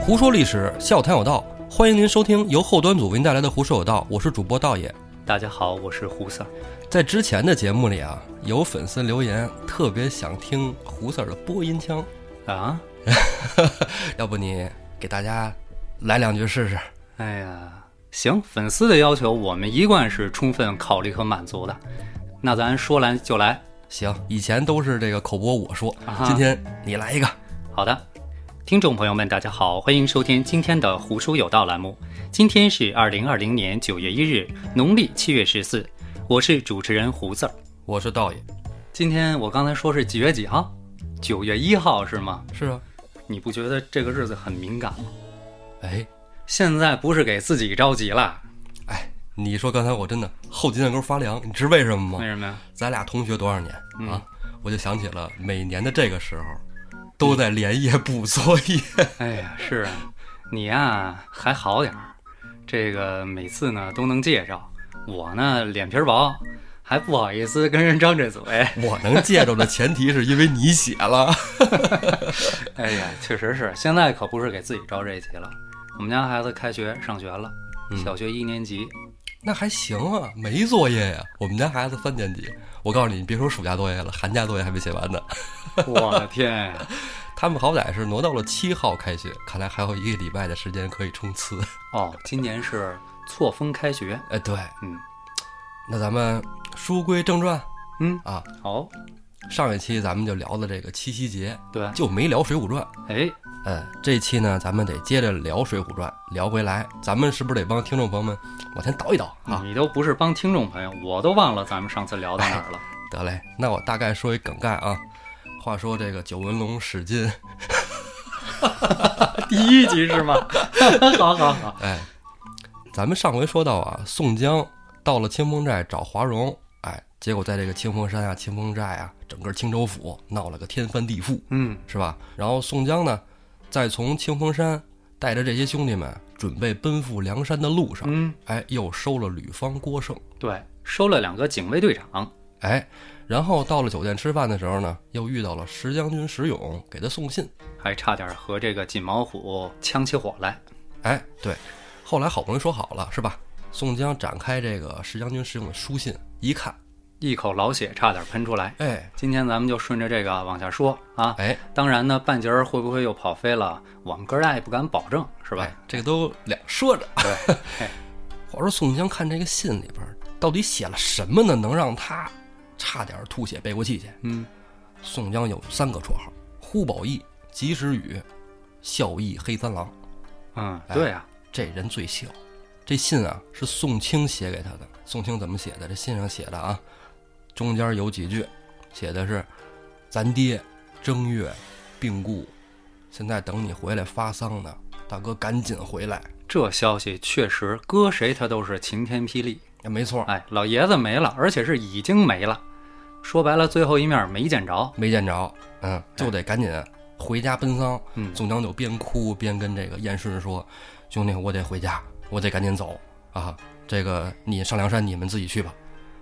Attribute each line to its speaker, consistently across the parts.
Speaker 1: 胡说历史，笑谈有道，欢迎您收听由后端组为您带来的《胡说有道》，我是主播道爷。
Speaker 2: 大家好，我是胡 Sir。
Speaker 1: 在之前的节目里啊，有粉丝留言特别想听胡 Sir 的播音腔，
Speaker 2: 啊，
Speaker 1: 要不你给大家来两句试试？
Speaker 2: 哎呀，行，粉丝的要求我们一贯是充分考虑和满足的。那咱说来就来，
Speaker 1: 行，以前都是这个口播我说，
Speaker 2: 啊哈
Speaker 1: 今天你来一个。
Speaker 2: 好的，听众朋友们，大家好，欢迎收听今天的《胡说有道》栏目。今天是二零二零年九月一日，农历七月十四，我是主持人胡子儿。
Speaker 1: 我是道爷，
Speaker 2: 今天我刚才说是几月几号？九月一号是吗？
Speaker 1: 是啊，
Speaker 2: 你不觉得这个日子很敏感吗？
Speaker 1: 哎
Speaker 2: 现在不是给自己着急了，
Speaker 1: 哎，你说刚才我真的后脊梁沟发凉，你知为什么
Speaker 2: 为
Speaker 1: 吗？
Speaker 2: 什么呀？
Speaker 1: 咱俩同学多少年啊？我就想起了每年的这个时候，都在连夜补作业。
Speaker 2: 哎呀，是啊，你呀、还好点儿，这个每次呢都能介绍，我呢脸皮儿薄，还不好意思跟人张这嘴。
Speaker 1: 我能借着的前提是因为你写了。
Speaker 2: 哎呀，确实是，现在可不是给自己招这急了。我们家孩子开学上学了，小学一年级，
Speaker 1: 那还行啊，没作业呀、我们家孩子三年级，我告诉你，你别说暑假作业了，寒假作业还没写完呢。
Speaker 2: 我的天呀！
Speaker 1: 他们好歹是挪到了七号开学，看来还有一个礼拜的时间可以冲刺。
Speaker 2: 哦，今年是错峰开学，
Speaker 1: 哎，对，
Speaker 2: 嗯
Speaker 1: 那咱们书归正传
Speaker 2: 嗯，
Speaker 1: 啊，
Speaker 2: 哦，
Speaker 1: 上一期咱们就聊的这个七夕节，
Speaker 2: 对，
Speaker 1: 就没聊《水浒传》。
Speaker 2: 哎，
Speaker 1: 嗯，这期呢，咱们得接着聊《水浒传》，聊回来，咱们是不是得帮听众朋友们往前倒一倒啊？
Speaker 2: 你都不是帮听众朋友，我都忘了咱们上次聊到哪儿了。
Speaker 1: 得嘞，那我大概说一梗概啊。话说这个九纹龙史进，
Speaker 2: 第一集是吗？ 好好好，
Speaker 1: 哎，咱们上回说到啊，宋江到了清风寨找华容，哎，结果在这个清风山啊、清风寨啊，整个青州府闹了个天翻地覆，
Speaker 2: 嗯。
Speaker 1: 是吧？然后宋江呢，再从清风山带着这些兄弟们准备奔赴梁山的路上，
Speaker 2: 嗯，
Speaker 1: 哎，又收了吕方、郭盛，
Speaker 2: 对，收了两个警卫队长。
Speaker 1: 哎，然后到了酒店吃饭的时候呢，又遇到了石将军石勇给他送信，
Speaker 2: 还差点和这个锦毛虎呛起火来。
Speaker 1: 哎，对，后来好不容易说好了，是吧？宋江展开这个石将军石勇的书信，一看，
Speaker 2: 一口老血差点喷出来。
Speaker 1: 哎，
Speaker 2: 今天咱们就顺着这个往下说啊。
Speaker 1: 哎，
Speaker 2: 当然呢，半截儿会不会又跑飞了，我们哥俩也不敢保证，是
Speaker 1: 是
Speaker 2: 吧？
Speaker 1: 哎这个都两说着。
Speaker 2: 对， 哎
Speaker 1: 话说宋江看这个信里边到底写了什么呢，能让他差点吐血背过气去？
Speaker 2: 嗯，
Speaker 1: 宋江有三个绰号：呼保义、及时雨、孝义黑三郎。
Speaker 2: 嗯，对啊，
Speaker 1: 这人最孝。这信啊是宋清写给他的。宋清怎么写的？这信上写的啊，中间有几句写的是：“咱爹正月病故，现在等你回来发丧呢，大哥赶紧回来。
Speaker 2: 这消息确实搁谁他都是晴天霹雳。”
Speaker 1: 没错，
Speaker 2: 哎，老爷子没了，而且是已经没了。说白了，最后一面没见着。
Speaker 1: 没见着，嗯，就得赶紧回家奔丧。
Speaker 2: 嗯
Speaker 1: 宋江就边哭边跟这个燕顺说：“兄弟，我得回家，我得赶紧走啊！这个你上梁山，你们自己去吧。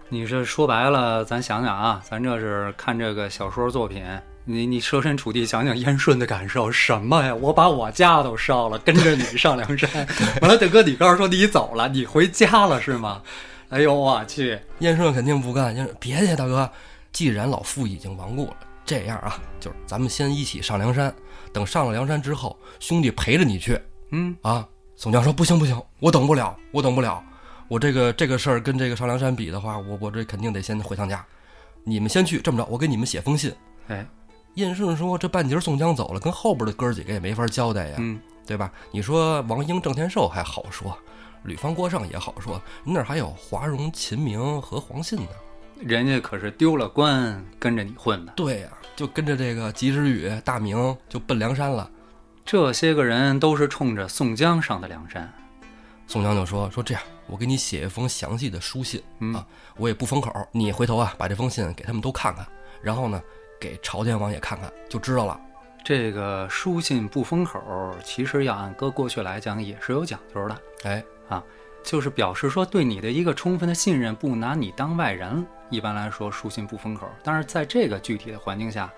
Speaker 2: 你这说白了，咱想想啊，咱这是看这个小说作品，你你设身处地想想燕顺的感受，什么呀？我把我家都烧了，跟着你上梁山，完了，大哥，你告诉说你走了，你回家了是吗？哎呦我去，”
Speaker 1: 燕顺肯定不干，燕顺别去，大哥，既然老傅已经亡故了，这样啊，就是咱们先一起上梁山，等上了梁山之后，兄弟陪着你去
Speaker 2: 嗯，
Speaker 1: 啊。宋江说：“不行不行，我等不了，我等不了，我这个这个事儿跟这个上梁山比的话，我我这肯定得先回趟家。你们先去，这么着，我给你们写封信。”
Speaker 2: 哎，
Speaker 1: 燕顺说：“这半截宋江走了，跟后边的哥儿几个也没法交代呀，
Speaker 2: 嗯，
Speaker 1: 对吧？你说王英、郑天寿还好说，吕方、郭盛也好说，您那儿还有华容、秦明和黄信呢。
Speaker 2: 人家可是丢了官跟着你混的，
Speaker 1: 对呀、就跟着这个及时雨、大明就奔梁山了。
Speaker 2: 这些个人都是冲着宋江上的梁山，
Speaker 1: 宋江就说：说这样，我给你写一封详细的书信、
Speaker 2: 嗯
Speaker 1: 啊，我也不封口，你回头啊把这封信给他们都看看，然后呢给朝天王也看看，就知道了。
Speaker 2: 这个书信不封口，其实要按搁过去来讲也是有讲究的。
Speaker 1: 哎，
Speaker 2: 就是表示说对你的一个充分的信任，不拿你当外人。一般来说，书信不封口，但是在这个具体的环境下，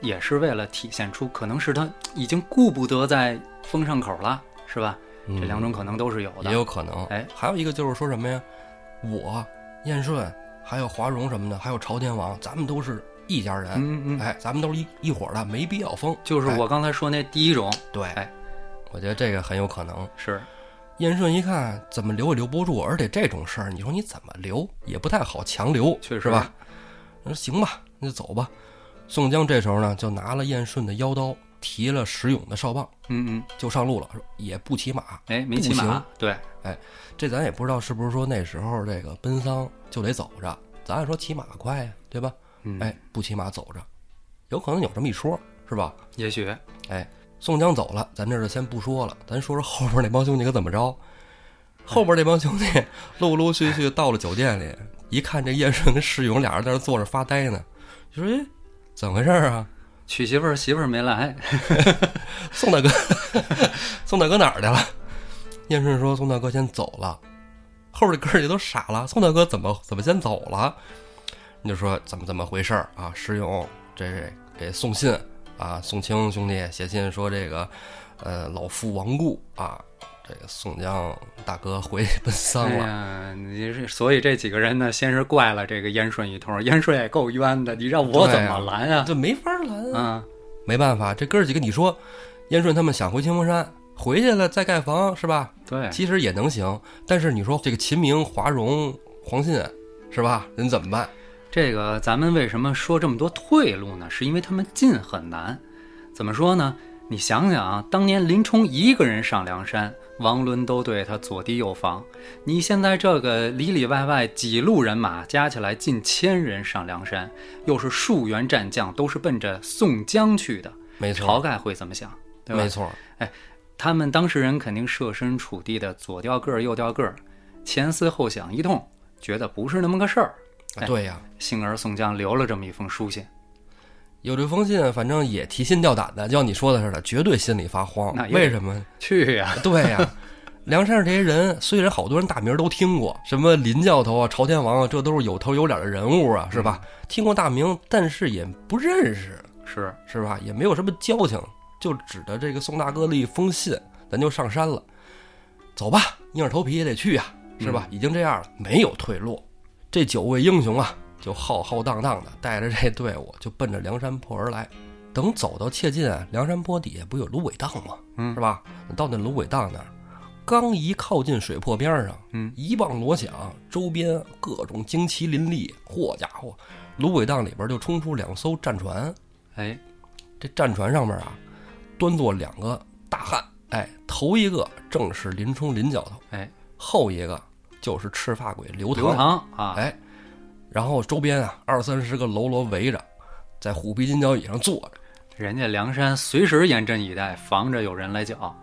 Speaker 2: 也是为了体现出，可能是他已经顾不得在封上口了，是吧？
Speaker 1: 嗯
Speaker 2: 这两种可能都是有的。
Speaker 1: 也有可能。
Speaker 2: 哎，
Speaker 1: 还有一个就是说什么呀？我燕顺还有华容什么的，还有朝天王，咱们都是一家人，
Speaker 2: 嗯嗯，
Speaker 1: 哎，咱们都是一一伙儿的，没必要封。
Speaker 2: 就是我刚才说那第一种
Speaker 1: 对，
Speaker 2: 哎
Speaker 1: 我觉得这个很有可能。
Speaker 2: 是，
Speaker 1: 燕顺一看怎么留也留不住，而且这种事儿，你说你怎么留也不太好强留，
Speaker 2: 确实
Speaker 1: 是吧？那行吧，那就走吧。宋江这时候呢，就拿了燕顺的腰刀，提了石勇的哨棒，
Speaker 2: 嗯嗯，
Speaker 1: 就上路了，说也不骑马。
Speaker 2: 哎，没骑
Speaker 1: 步
Speaker 2: 马
Speaker 1: 行，
Speaker 2: 对，
Speaker 1: 这咱也不知道是不是说那时候这个奔丧就得走着，咱按说骑马快呀，对吧？
Speaker 2: 嗯，
Speaker 1: 哎，不骑马走着，有可能有这么一说，是吧？
Speaker 2: 也许
Speaker 1: 哎宋江走了，咱这儿就先不说了，咱说说后边那帮兄弟可怎么着。后边这帮兄弟陆陆续续到了酒店里，一看这燕顺跟世勇俩人在那坐着发呆呢，就说：“哎，怎么回事儿啊？
Speaker 2: 娶媳妇儿媳妇儿没来，
Speaker 1: 宋大哥， 宋大哥哪儿去了？”燕顺说：“宋大哥先走了。”后边这哥儿也都傻了，宋大哥怎么怎么先走了？你就说怎么怎么回事儿啊？石勇这这给送信啊，宋清兄弟写信说这个，呃，老父亡故啊，这个宋江大哥回 去奔丧
Speaker 2: 哎
Speaker 1: 了。
Speaker 2: 呀，你是所以这几个人呢，先是怪了这个燕顺一通，燕顺也够冤的，你让我
Speaker 1: 对
Speaker 2: 怎
Speaker 1: 啊
Speaker 2: 么拦啊？
Speaker 1: 这没法拦啊！
Speaker 2: 啊，
Speaker 1: 没办法，这哥儿几个，你说，燕顺他们想回清风山，回去了再盖房是吧？
Speaker 2: 对，
Speaker 1: 其实也能行，但是你说这个秦明、华容、黄信是吧？人怎么办？
Speaker 2: 这个咱们为什么说这么多退路呢？是因为他们进很难。怎么说呢？你想想啊，当年林冲一个人上梁山，王伦都对他左敌右防。你现在这个里里外外几路人马加起来近千人上梁山，又是数员战将，都是奔着宋江去的，
Speaker 1: 没
Speaker 2: 晁
Speaker 1: 错，
Speaker 2: 盖会怎么想？对吧
Speaker 1: 没？错，
Speaker 2: 他们当事人肯定设身处地的左调个儿右调个儿，前思后想一通，觉得不是那么个事儿。哎
Speaker 1: 对呀、
Speaker 2: 幸而宋江留了这么一封书信，
Speaker 1: 有这封信，反正也提心吊胆的，就像你说的似的，绝对心里发慌
Speaker 2: 那。也
Speaker 1: 为什么？
Speaker 2: 去呀、
Speaker 1: 对呀、梁山上这些人，虽然好多人大名都听过，什么林教头啊、朝天王啊，这都是有头有脸的人物啊，是
Speaker 2: 嗯
Speaker 1: 吧？听过大名，但是也不认识，
Speaker 2: 是
Speaker 1: 是吧？也没有什么交情，就指着这个宋大哥的一封信，咱就上山了。走吧，硬着头皮也得去呀、是
Speaker 2: 嗯
Speaker 1: 吧？已经这样了，没有退路。这九位英雄啊，就浩浩荡荡的带着这队伍，就奔着梁山泊而来。等走到切近啊，梁山坡底下不有芦苇荡吗？
Speaker 2: 嗯
Speaker 1: 是吧？到那芦苇荡那儿，刚一靠近水泊边上，
Speaker 2: 嗯，
Speaker 1: 一棒锣响，周边各种旌旗林立，嚯家伙，芦苇荡里边就冲出两艘战船，
Speaker 2: 哎，
Speaker 1: 这战船上面啊，端坐两个大汉，哎，头一个正是林冲林教头，
Speaker 2: 哎，
Speaker 1: 后一个就是赤发鬼刘
Speaker 2: 刘
Speaker 1: 唐，
Speaker 2: 唐啊，
Speaker 1: 哎，然后周边啊二三十个喽啰围着，在虎皮金角椅上坐着，
Speaker 2: 人家梁山随时严阵以待，防着有人来搅。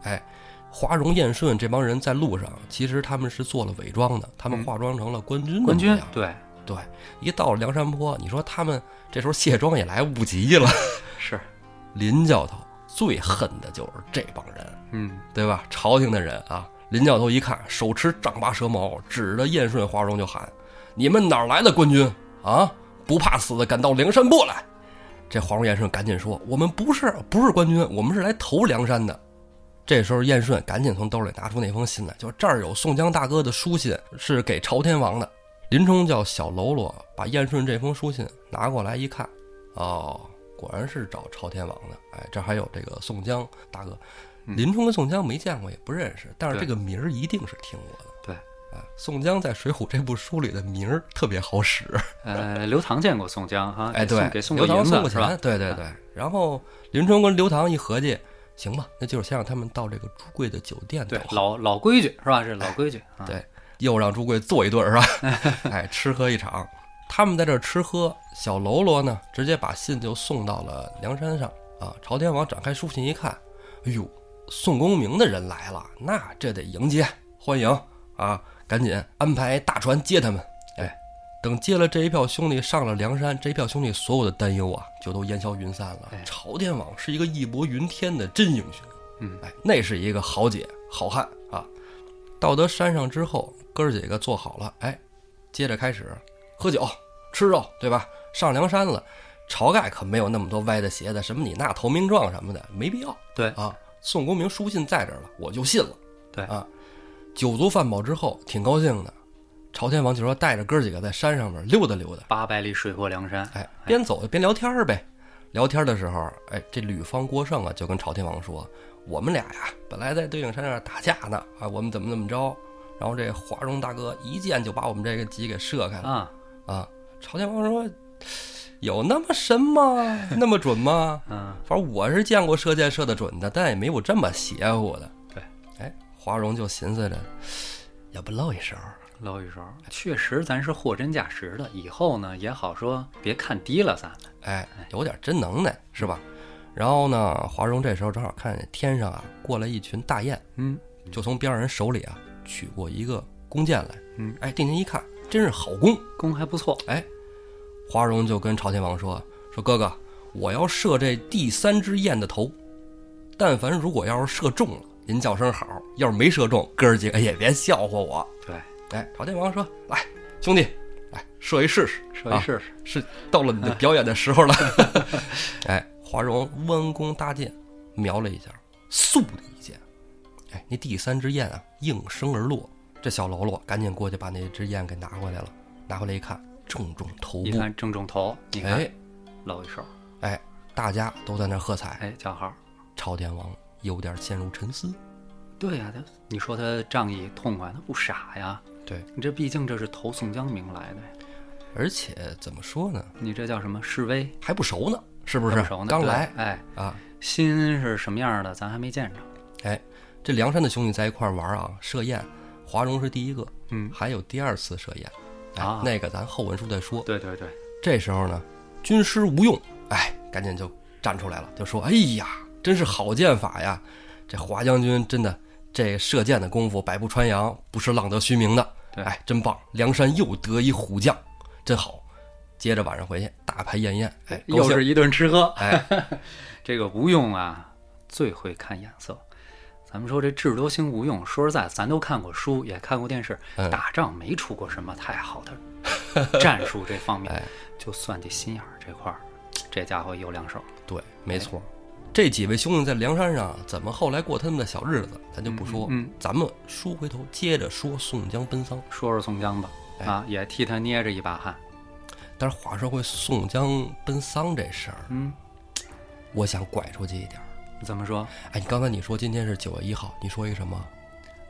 Speaker 1: 华容燕顺这帮人在路上，其实他们是做了伪装的，他们化妆成了官军的模
Speaker 2: 冠嗯军
Speaker 1: 样
Speaker 2: 哦对，
Speaker 1: 对，一到了梁山坡，你说他们这时候卸妆也来不及了。
Speaker 2: 是，
Speaker 1: 林教头最恨的就是这帮人。
Speaker 2: 嗯，
Speaker 1: 对吧？朝廷的人啊，林教头一看，手持丈八蛇矛，指着燕顺、华容就喊：“你们哪儿来的官军啊？不怕死的，敢到梁山泊来！”这华容、燕顺赶紧说：“我们不是不是官军，我们是来投梁山的。”这时候，燕顺赶紧从兜里拿出那封信来，就这儿有宋江大哥的书信，是给朝天王的。林冲叫小喽啰把燕顺这封书信拿过来一看，哦，果然是找朝天王的。哎，这还有这个宋江大哥，林冲跟宋江没见过，也不认识，但是这
Speaker 2: 嗯对
Speaker 1: 个名儿一定是听过的。
Speaker 2: 对，
Speaker 1: 啊，宋江在《水浒》这部书里的名儿特别好 使。
Speaker 2: 呃，刘唐见过宋江哈，
Speaker 1: 哎，对，
Speaker 2: 给送给
Speaker 1: 刘
Speaker 2: 送个
Speaker 1: 唐
Speaker 2: 银
Speaker 1: 送过
Speaker 2: 子是吧啊
Speaker 1: 钱，？对对对。然后林冲跟刘唐一合计，行吧，那就是先让他们到这个朱贵的酒店
Speaker 2: 对
Speaker 1: 等，候
Speaker 2: 老老规矩是吧？是老规矩啊。
Speaker 1: 对，又让朱贵坐一顿是吧？ 哎，吃喝一场。他们在这儿吃喝，小喽啰呢，直接把信就送到了梁山上啊。朝天王展开书信一看，哎呦，宋公明的人来了，那这得迎接欢迎啊！赶紧安排大船接他们。哎，等接了这一票兄弟上了梁山，这一票兄弟所有的担忧啊，就都烟消云散了
Speaker 2: 哎。
Speaker 1: 朝天王是一个义薄云天的真英雄，
Speaker 2: 嗯，
Speaker 1: 哎，那是一个好姐好汉啊。到得山上之后，哥儿几个坐好了，哎，接着开始喝酒吃肉，对吧？上梁山了，晁盖可没有那么多歪的邪的，什么你纳投名状什么的，没必要。
Speaker 2: 对
Speaker 1: 啊，宋公明书信在这儿了，我就信了。
Speaker 2: 对
Speaker 1: 啊，酒足饭饱之后，挺高兴的。朝天王就说带着哥几个在山上面溜达溜达，
Speaker 2: 八百里水泊梁山，
Speaker 1: 哎，边走边聊天儿呗。聊天的时候，哎，这吕方郭盛啊就跟朝天王说：“我们俩呀，本来在对影山上打架呢，啊，我们怎么怎么着。”然后这华容大哥一箭就把我们这个戟给射开了
Speaker 2: 啊，
Speaker 1: 啊。朝天王说：“有那么神吗？那么准吗？”
Speaker 2: 嗯，
Speaker 1: 反正我是见过射箭射得准的，但也没有这么邪乎的。
Speaker 2: 对，
Speaker 1: 哎，华容就寻思着，要不露一手，
Speaker 2: 露一手，确实咱是货真价实的。以后呢也好说，别看低了咱们。
Speaker 1: 哎，有点真能耐是吧？然后呢，华容这时候正好看见天上啊过来一群大雁，
Speaker 2: 嗯，
Speaker 1: 就从边上人手里啊取过一个弓箭来。
Speaker 2: 嗯，
Speaker 1: 哎，定睛一看，真是好弓。
Speaker 2: 弓还不错。
Speaker 1: 哎，华容就跟朝天王说：“说哥哥，我要射这第三只雁的头，但凡如果要是射中了，您叫声好；要是没射中，哥儿几个也别笑话我。
Speaker 2: 对，”
Speaker 1: 哎，朝天王说：“来，兄弟，来射一试试，
Speaker 2: 射一试试。
Speaker 1: 是到了你的表演的时候了。 哎，华容弯弓搭箭，瞄了一下，嗖的一箭，哎，那第三只雁啊应声而落。这小喽啰赶紧过去把那只雁给拿回来了，拿回来一看，正中头
Speaker 2: 一
Speaker 1: 部。
Speaker 2: 看正中头，你看
Speaker 1: 哎
Speaker 2: 露一手，
Speaker 1: 哎，大家都在那儿喝彩。
Speaker 2: 哎，叫好。
Speaker 1: 朝天王有点陷入沉思。
Speaker 2: 对呀、他你说他仗义痛快，他不傻呀。
Speaker 1: 对，
Speaker 2: 你这毕竟这是投宋江明来的呀，
Speaker 1: 而且怎么说呢，
Speaker 2: 你这叫什么示威？
Speaker 1: 还不熟呢，是不是？
Speaker 2: 这么熟呢？
Speaker 1: 刚
Speaker 2: 对
Speaker 1: 来
Speaker 2: 哎，
Speaker 1: 啊，
Speaker 2: 心是什么样的，咱还没见着。
Speaker 1: 哎，这梁山的兄弟在一块儿玩啊，设宴，华容是第一个，
Speaker 2: 嗯，
Speaker 1: 还有第二次设宴，哎，
Speaker 2: 啊
Speaker 1: 那个咱后文书再说。
Speaker 2: 对对对，
Speaker 1: 这时候呢，军师吴用，哎，赶紧就站出来了，就说：“哎呀，真是好剑法呀！这华将军真的这射箭的功夫百步穿杨，不是浪得虚名的。
Speaker 2: 对
Speaker 1: 哎，真棒！梁山又得一虎将，真好。”接着晚上回去大排宴宴，哎，高
Speaker 2: 又
Speaker 1: 兴。
Speaker 2: 是一顿吃喝。
Speaker 1: 哎，
Speaker 2: 这个吴用啊，最会看眼色。咱们说这智多星吴用，说实在，咱都看过书，也看过电视，
Speaker 1: 嗯
Speaker 2: 打仗没出过什么太好 的战术这方面，
Speaker 1: 哎
Speaker 2: 就算计心眼儿这块儿，这家伙有两手。
Speaker 1: 对，没错。这几位兄弟在梁山上怎么后来过他们的小日子，咱就不说。
Speaker 2: 嗯嗯
Speaker 1: 咱们书回头接着说宋江奔丧。
Speaker 2: 说说宋江吧，
Speaker 1: 哎
Speaker 2: 啊，也替他捏着一把汗。
Speaker 1: 但是话说回宋江奔丧这事儿，
Speaker 2: 嗯，
Speaker 1: 我想拐出去一点儿。
Speaker 2: 怎么说？
Speaker 1: 哎，你刚才你说今天是九月一号，你说一什么？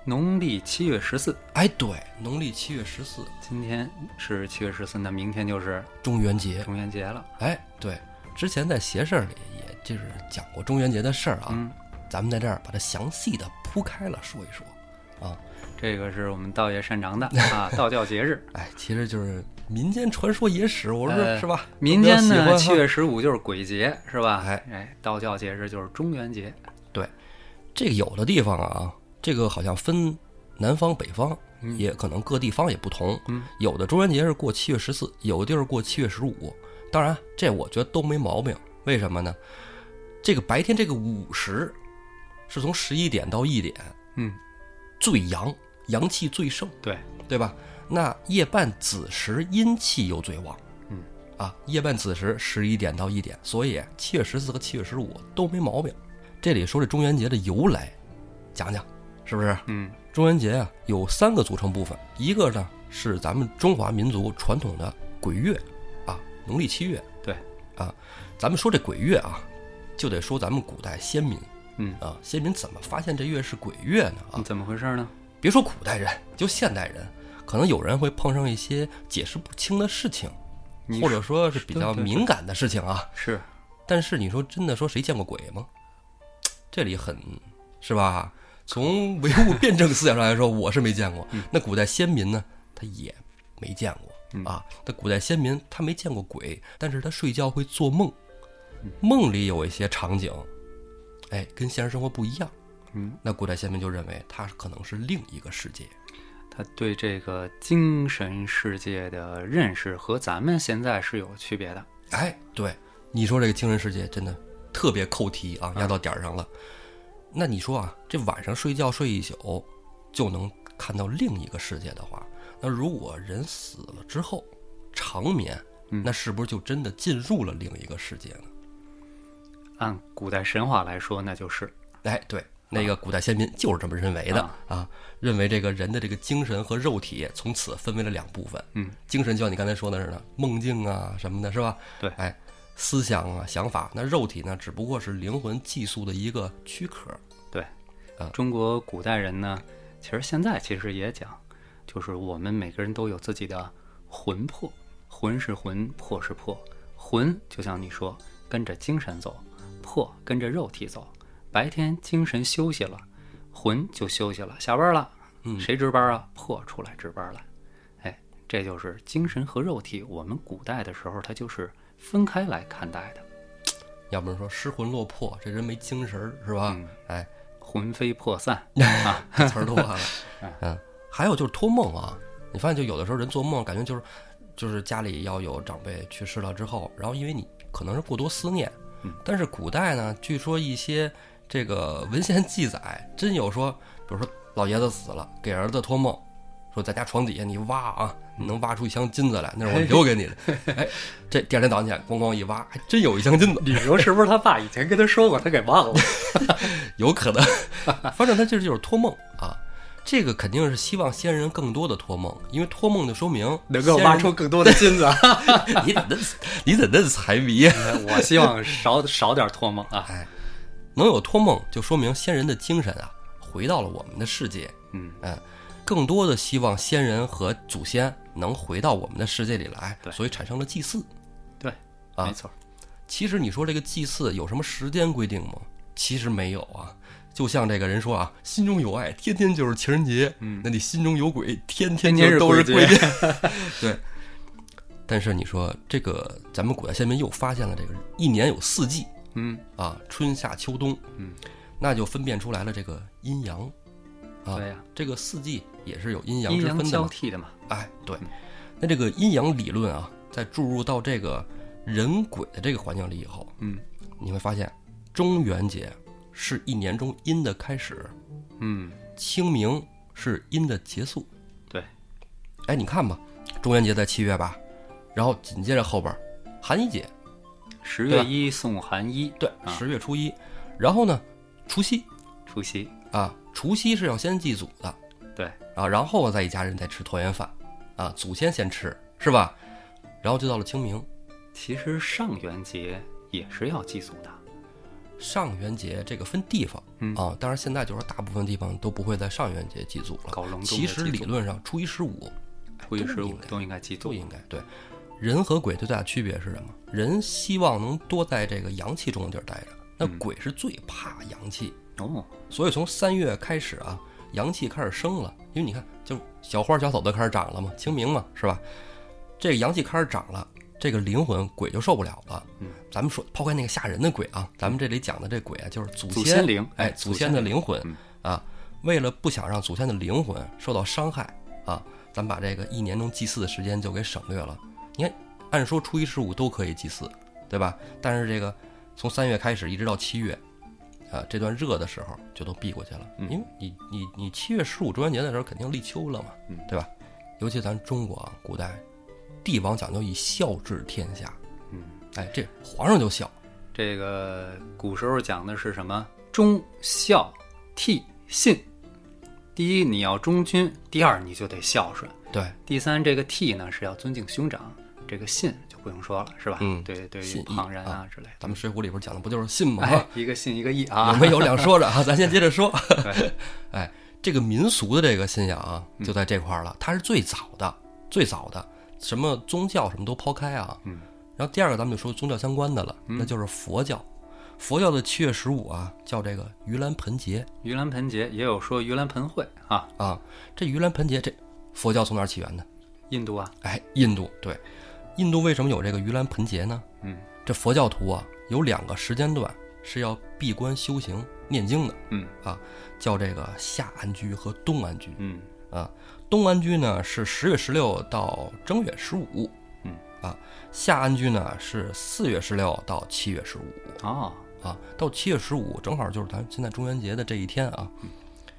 Speaker 2: 农历七月十四，
Speaker 1: 哎，对，农历七月十四，
Speaker 2: 今天是七月十四，那明天就是
Speaker 1: 中元节。
Speaker 2: 中元节了。
Speaker 1: 哎，对，之前在邪事儿里也就是讲过中元节的事儿啊，
Speaker 2: 嗯，
Speaker 1: 咱们在这儿把它详细的铺开了说一说。啊，
Speaker 2: 这个是我们道爷擅长 的啊，道教节日。
Speaker 1: 哎，其实就是民间传说野史，我说、
Speaker 2: 呃
Speaker 1: 是吧？
Speaker 2: 民间
Speaker 1: 我比
Speaker 2: 呢，
Speaker 1: 较喜
Speaker 2: 七
Speaker 1: 欢哈
Speaker 2: 月十五就是鬼节，是吧？
Speaker 1: 哎
Speaker 2: 哎，道教节日就是中元节。
Speaker 1: 这个有的地方啊，这个好像分南方北方，
Speaker 2: 嗯
Speaker 1: 也可能各地方也不同。
Speaker 2: 嗯，
Speaker 1: 有的中元节是过七月十四，有的地儿过七月十五。当然，这我觉得都没毛病。为什么呢？这个白天这个午时是从十一点到一点
Speaker 2: 嗯，
Speaker 1: 最阳，阳气最盛，
Speaker 2: 对，
Speaker 1: 对吧？那夜半子时阴气又最旺。
Speaker 2: 嗯，
Speaker 1: 啊，夜半子时十一点到一点，所以啊七月十四和七月十五都没毛病。这里说这中元节的由来，讲讲，是不是？
Speaker 2: 嗯，
Speaker 1: 中元节啊有三个组成部分，一个呢是咱们中华民族传统的鬼月，啊，农历七月。
Speaker 2: 对，
Speaker 1: 啊，咱们说这鬼月啊，就得说咱们古代先民
Speaker 2: 嗯，
Speaker 1: 啊，先民怎么发现这月是鬼月呢？啊，
Speaker 2: 怎么回事呢？
Speaker 1: 别说古代人，就现代人，可能有人会碰上一些解释不清的事情，
Speaker 2: 你
Speaker 1: 或者说是比较
Speaker 2: 对对对
Speaker 1: 敏感的事情啊。
Speaker 2: 是
Speaker 1: 但是你说真的，说谁见过鬼吗？这里很是吧？从唯物辩证思想上来说，我是没见过。那古代先民呢，他也没见
Speaker 2: 嗯
Speaker 1: 过啊。那古代先民他没见过鬼，但是他睡觉会做梦，
Speaker 2: 嗯
Speaker 1: 梦里有一些场景，哎，跟现实生活不一样。
Speaker 2: 嗯，
Speaker 1: 那古代先民就认为他可能是另一个世界。
Speaker 2: 他对这个精神世界的认识和咱们现在是有区别的。
Speaker 1: 哎，对，你说这个精神世界真的特别扣题啊，压到点儿上了。那你说啊，这晚上睡觉睡一宿就能看到另一个世界的话，那如果人死了之后长眠，
Speaker 2: 嗯
Speaker 1: 那是不是就真的进入了另一个世界呢？
Speaker 2: 按古代神话来说，那就是
Speaker 1: 哎，对，那个古代先民就是这么认为的
Speaker 2: 啊
Speaker 1: 啊，认为这个人的这个精神和肉体从此分为了两部分。
Speaker 2: 嗯，
Speaker 1: 精神就像你刚才说的似的，梦境啊什么的，是吧？
Speaker 2: 对
Speaker 1: 哎，思想啊想法，那肉体呢，只不过是灵魂寄宿的一个躯壳。
Speaker 2: 中国古代人呢，其实现在其实也讲，就是我们每个人都有自己的魂魄，魂是魂，魄是魄，魂就像你说，跟着精神走，魄跟着肉体走。白天精神休息了，魂就休息了，下班了，
Speaker 1: 嗯
Speaker 2: 谁值班啊？魄出来值班了。哎，这就是精神和肉体，我们古代的时候它就是分开来看待的，
Speaker 1: 要不然说失魂落魄，这人没精神儿是吧？
Speaker 2: 嗯
Speaker 1: 哎，
Speaker 2: 魂飞魄散。啊
Speaker 1: 这 词儿多了。嗯，还有就是托梦啊，你发现就有的时候人做梦，感觉就是就是家里要有长辈去世了之后，然后因为你可能是过多思念
Speaker 2: 嗯，
Speaker 1: 但是古代呢，据说一些这个文献记载，真有说，比如说老爷子死了，给儿子托梦。说在家床底下你挖啊，你能挖出一箱金子来，那是我留给你的。哎，这第二天早上起来，咣咣一挖，还真有一箱金子。
Speaker 2: 你说是不是他爸以前跟他说过，他给忘了？
Speaker 1: 有可 能，反正他这就是托梦啊。这个肯定是希望先人更多的托梦，因为托梦就说明
Speaker 2: 能够挖出更多的金 子。啊
Speaker 1: 先人 你怎么你怎么财迷呀？
Speaker 2: 哎我希望少少点托梦啊。
Speaker 1: 哎，能有托梦就说明先人的精神啊回到了我们的世界，
Speaker 2: 嗯，
Speaker 1: 嗯，更多的希望先人和祖先能回到我们的世界里来，
Speaker 2: 对
Speaker 1: 所以产生了祭祀。
Speaker 2: 对，
Speaker 1: 啊
Speaker 2: 没错。
Speaker 1: 其实你说这个祭祀有什么时间规定吗？其实没有啊。就像这个人说啊，心中有爱，天天就是情人节。
Speaker 2: 嗯
Speaker 1: 那你心中有鬼，天
Speaker 2: 天
Speaker 1: 就
Speaker 2: 天是
Speaker 1: 都是
Speaker 2: 鬼
Speaker 1: 鬼
Speaker 2: 节
Speaker 1: 节。 对。但是你说这个，咱们古代先民又发现了这个一年有四季
Speaker 2: 嗯，
Speaker 1: 啊，春夏秋冬。
Speaker 2: 嗯，
Speaker 1: 那就分辨出来了这个阴阳。啊
Speaker 2: 对呀，
Speaker 1: 这个四季也是有阴阳
Speaker 2: 阴
Speaker 1: 之
Speaker 2: 阳
Speaker 1: 分的
Speaker 2: 交嗯
Speaker 1: 嘛。
Speaker 2: 替的嘛。
Speaker 1: 哎，对。那这个阴阳理论啊，在注入到这个人鬼的这个环境里以后，
Speaker 2: 嗯
Speaker 1: 你会发现，中元节是一年中阴的开始，
Speaker 2: 嗯，
Speaker 1: 清明是阴的结束。
Speaker 2: 对，
Speaker 1: 哎，你看吧，中元节在七月吧，然后紧接着后边儿寒衣节，
Speaker 2: 十
Speaker 1: 对
Speaker 2: 月
Speaker 1: 吧
Speaker 2: 一送寒衣，
Speaker 1: 对，
Speaker 2: 啊
Speaker 1: 十月初一，然后呢，除夕
Speaker 2: 除夕。
Speaker 1: 啊，除夕是要先祭祖的
Speaker 2: 对，
Speaker 1: 啊，然后再一家人再吃团圆饭啊，祖先先吃是吧？然后就到了清明，
Speaker 2: 其实上元节也是要祭祖的。
Speaker 1: 上元节这个分地方、
Speaker 2: 嗯
Speaker 1: 啊，当然现在就是大部分地方都不会在上元节祭祖了。
Speaker 2: 搞隆重的
Speaker 1: 其实
Speaker 2: 祭
Speaker 1: 理
Speaker 2: 祖
Speaker 1: 论上，初一十五
Speaker 2: 初一十
Speaker 1: 都
Speaker 2: 五
Speaker 1: 应该
Speaker 2: 都应该祭祖
Speaker 1: 都。应该对。人和鬼最大的区别是什么？人希望能多在这个阳气中的地儿待着，那
Speaker 2: 嗯
Speaker 1: 鬼是最怕阳气，
Speaker 2: 哦，
Speaker 1: 所以从三月开始啊，阳气开始升了，因为你看，就小花小草都开始长了嘛，清明嘛，是吧？这个阳气开始长了，这个灵魂鬼就受不了了。
Speaker 2: 嗯，
Speaker 1: 咱们说抛开那个吓人的鬼啊，咱们这里讲的这鬼啊，就是祖
Speaker 2: 祖
Speaker 1: 先
Speaker 2: 先灵，
Speaker 1: 哎，祖
Speaker 2: 祖
Speaker 1: 先的灵魂
Speaker 2: 嗯
Speaker 1: 啊，为了不想让祖先的灵魂受到伤害啊，咱把这个一年中祭祀的时间就给省略了。你看，按说初一十五都可以祭祀，对吧？但是这个从三月开始一直到七月，啊，这段热的时候就都避过去了，因为你你你七月十五中元节的时候肯定立秋了嘛
Speaker 2: 嗯，
Speaker 1: 对吧？尤其咱中国啊，古代帝王讲究以孝治天下，
Speaker 2: 嗯，
Speaker 1: 哎，这皇上就孝，
Speaker 2: 这个古时候讲的是什么？忠孝悌信。第一，你要忠君；第二，你就得孝顺。
Speaker 1: 对，
Speaker 2: 第三，这个悌呢是要尊敬兄长，这个信就不用说了，是吧？
Speaker 1: 嗯
Speaker 2: 对，对于
Speaker 1: 信义
Speaker 2: 旁人啊之类的，
Speaker 1: 咱们《水浒》里边讲的不就是信吗？
Speaker 2: 哎，一个信一个义
Speaker 1: 有
Speaker 2: 啊，
Speaker 1: 没有两说着啊？咱先接着 说
Speaker 2: 对。
Speaker 1: 哎，这个民俗的这个信仰啊，
Speaker 2: 嗯
Speaker 1: 就在这块儿了，它是最早的，最早的，什么宗教什么都抛开啊。
Speaker 2: 嗯。
Speaker 1: 然后第二个，咱们就说宗教相关的了，那就是佛教。佛教的七月十五啊，叫这个盂兰盆节
Speaker 2: 盂兰盆节也有说盂兰盆会啊，
Speaker 1: 啊。这盂兰盆节，这佛教从哪儿起源的？
Speaker 2: 印度啊，
Speaker 1: 哎，印度对，印度为什么有这个盂兰盆节呢？
Speaker 2: 嗯，
Speaker 1: 这佛教徒啊，有两个时间段是要闭关修行、念经的。
Speaker 2: 嗯
Speaker 1: 啊，叫这个夏安居和冬安居
Speaker 2: 嗯，
Speaker 1: 啊。冬安居呢是十月十六到正月十五，
Speaker 2: 嗯
Speaker 1: 啊，夏安居呢是四月十六到七月十五
Speaker 2: 哦，
Speaker 1: 啊。到七月十五正好就是咱现在中元节的这一天啊，
Speaker 2: 嗯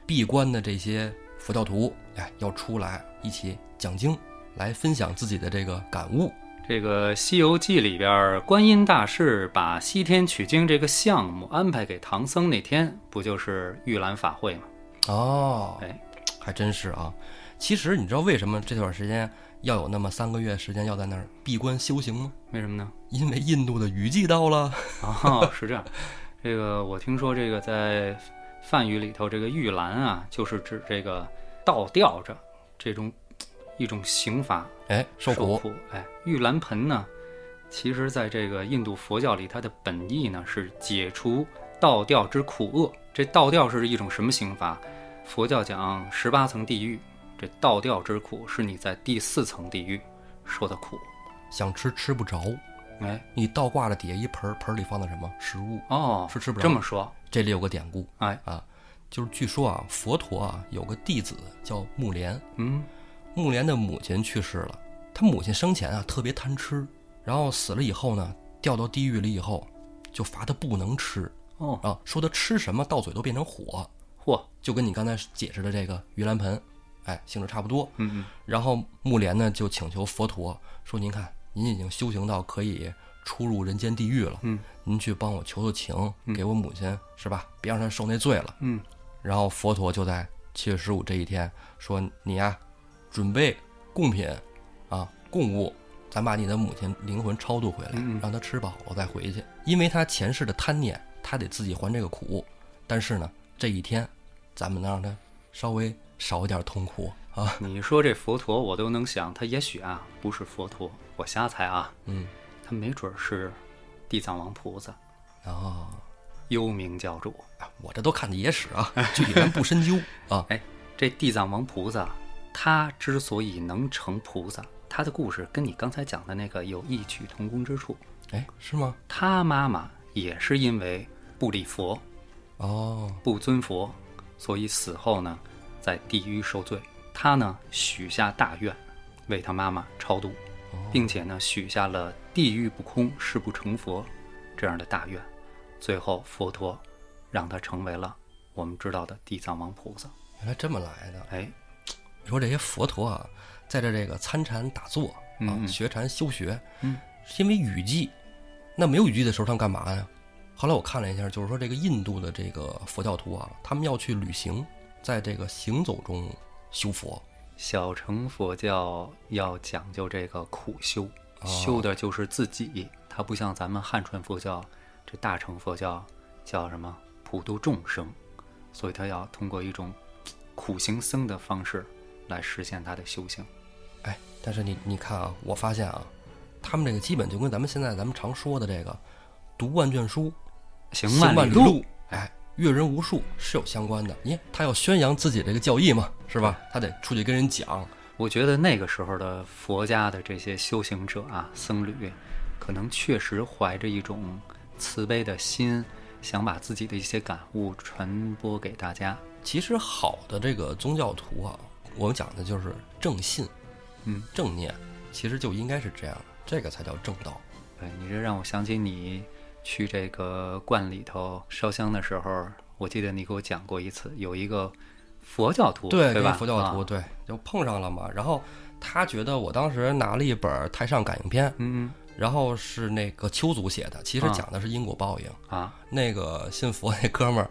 Speaker 1: 闭关的这些佛教徒哎要出来一起讲经，来分享自己的这个感悟。
Speaker 2: 这个《西游记》里边，观音大士把西天取经这个项目安排给唐僧那天，不就是玉兰法会吗？
Speaker 1: 哦，
Speaker 2: 哎，
Speaker 1: 还真是啊。其实你知道为什么这段时间要有那么三个月时间要在那儿闭关修行吗？
Speaker 2: 为什么呢？
Speaker 1: 因为印度的雨季到了。
Speaker 2: 哦，是这样。这个我听说，这个在梵语里头，这个玉兰啊，就是指这个倒吊着这种一种刑罚
Speaker 1: 哎，受苦
Speaker 2: 哎，玉兰盆呢，其实在这个印度佛教里，它的本意呢是解除倒吊之苦厄。这倒吊是一种什么刑罚？佛教讲十八层地狱，这倒吊之苦是你在第四层地狱受的苦。
Speaker 1: 想吃吃不着，
Speaker 2: 哎，
Speaker 1: 你倒挂了底下一盆儿，盆儿里放的什么食物？
Speaker 2: 哦，
Speaker 1: 是吃不着
Speaker 2: 这么说，
Speaker 1: 这里有个典故，
Speaker 2: 哎
Speaker 1: 啊，就是据说啊，佛陀啊有个弟子叫木莲，
Speaker 2: 嗯，
Speaker 1: 木莲的母亲去世了，他母亲生前啊特别贪吃，然后死了以后呢，掉到地狱里以后，就罚他不能吃
Speaker 2: 哦，
Speaker 1: 啊，说他吃什么到嘴都变成火，
Speaker 2: 嚯，
Speaker 1: 就跟你刚才解释的这个盂兰盆，哎，性质差不多。
Speaker 2: 嗯嗯，
Speaker 1: 然后木莲呢就请求佛陀说：“您看，您已经修行到可以出入人间地狱了，
Speaker 2: 嗯，
Speaker 1: 您去帮我求求情，给我母亲是吧？别让她受那罪了。”
Speaker 2: 嗯，
Speaker 1: 然后佛陀就在七月十五这一天说：“你呀、准备贡品啊，供物。”咱把你的母亲灵魂超度回来，
Speaker 2: 嗯嗯
Speaker 1: 让她吃饱了再回去，因为她前世的贪念，她得自己还这个苦。但是呢，这一天，咱们能让她稍微少一点痛苦啊。
Speaker 2: 你说这佛陀，我都能想，他也许啊不是佛陀，我瞎猜啊，
Speaker 1: 嗯，
Speaker 2: 他没准儿是地藏王菩萨、
Speaker 1: 然后
Speaker 2: 幽冥教主。
Speaker 1: 啊我这都看的野史啊，具体咱不深究啊。
Speaker 2: 哎，这地藏王菩萨，他之所以能成菩萨，他的故事跟你刚才讲的那个有异曲同工之处。
Speaker 1: 哎，是吗？
Speaker 2: 他妈妈也是因为不礼佛、
Speaker 1: 哦，
Speaker 2: 不尊佛，所以死后呢，在地狱受罪。他呢许下大愿，为他妈妈超度，并且呢许下了“地狱不空，誓不成佛”这样的大愿。最后，佛陀让他成为了我们知道的地藏王菩萨。
Speaker 1: 原来这么来的。
Speaker 2: 哎，
Speaker 1: 你说这些佛陀啊，在这这个参禅打坐啊
Speaker 2: 嗯，嗯
Speaker 1: 学禅修学，
Speaker 2: 嗯，
Speaker 1: 是因为雨季，那没有雨季的时候他们干嘛呀？后来我看了一下，就是说这个印度的这个佛教徒啊，他们要去旅行，在这个行走中修佛。
Speaker 2: 小乘佛教要讲究这个苦修，修的就是自己。它不像咱们汉传佛教，这大乘佛教叫什么普度众生，所以他要通过一种苦行僧的方式来实现他的修行。
Speaker 1: 哎，但是你你看啊，我发现啊，他们这个基本就跟咱们现在咱们常说的这个读万卷书，
Speaker 2: 行
Speaker 1: 行
Speaker 2: 万
Speaker 1: 万里
Speaker 2: 路
Speaker 1: 路，，哎，阅人无数是有相关的。耶，他要宣扬自己这个教义嘛，是吧？他得出去跟人讲。
Speaker 2: 我觉得那个时候的佛家的这些修行者啊，僧侣，可能确实怀着一种慈悲的心，想把自己的一些感悟传播给大家。
Speaker 1: 其实好的这个宗教徒啊，我们讲的就是正信，
Speaker 2: 嗯，
Speaker 1: 正念，其实就应该是这样，这个才叫正道。
Speaker 2: 对哎你这让我想起你去这个观里头烧香的时候，我记得你给我讲过一次，有一个佛教徒，
Speaker 1: 对，
Speaker 2: 对
Speaker 1: 跟
Speaker 2: 吧？
Speaker 1: 佛教徒、
Speaker 2: 啊
Speaker 1: 对就碰上了嘛。然后他觉得我当时拿了一本《太上感应篇》，
Speaker 2: 嗯
Speaker 1: 然后是那个丘祖写的，其实
Speaker 2: 啊
Speaker 1: 讲的是因果报应。
Speaker 2: 嗯啊，
Speaker 1: 那个信佛那哥们儿，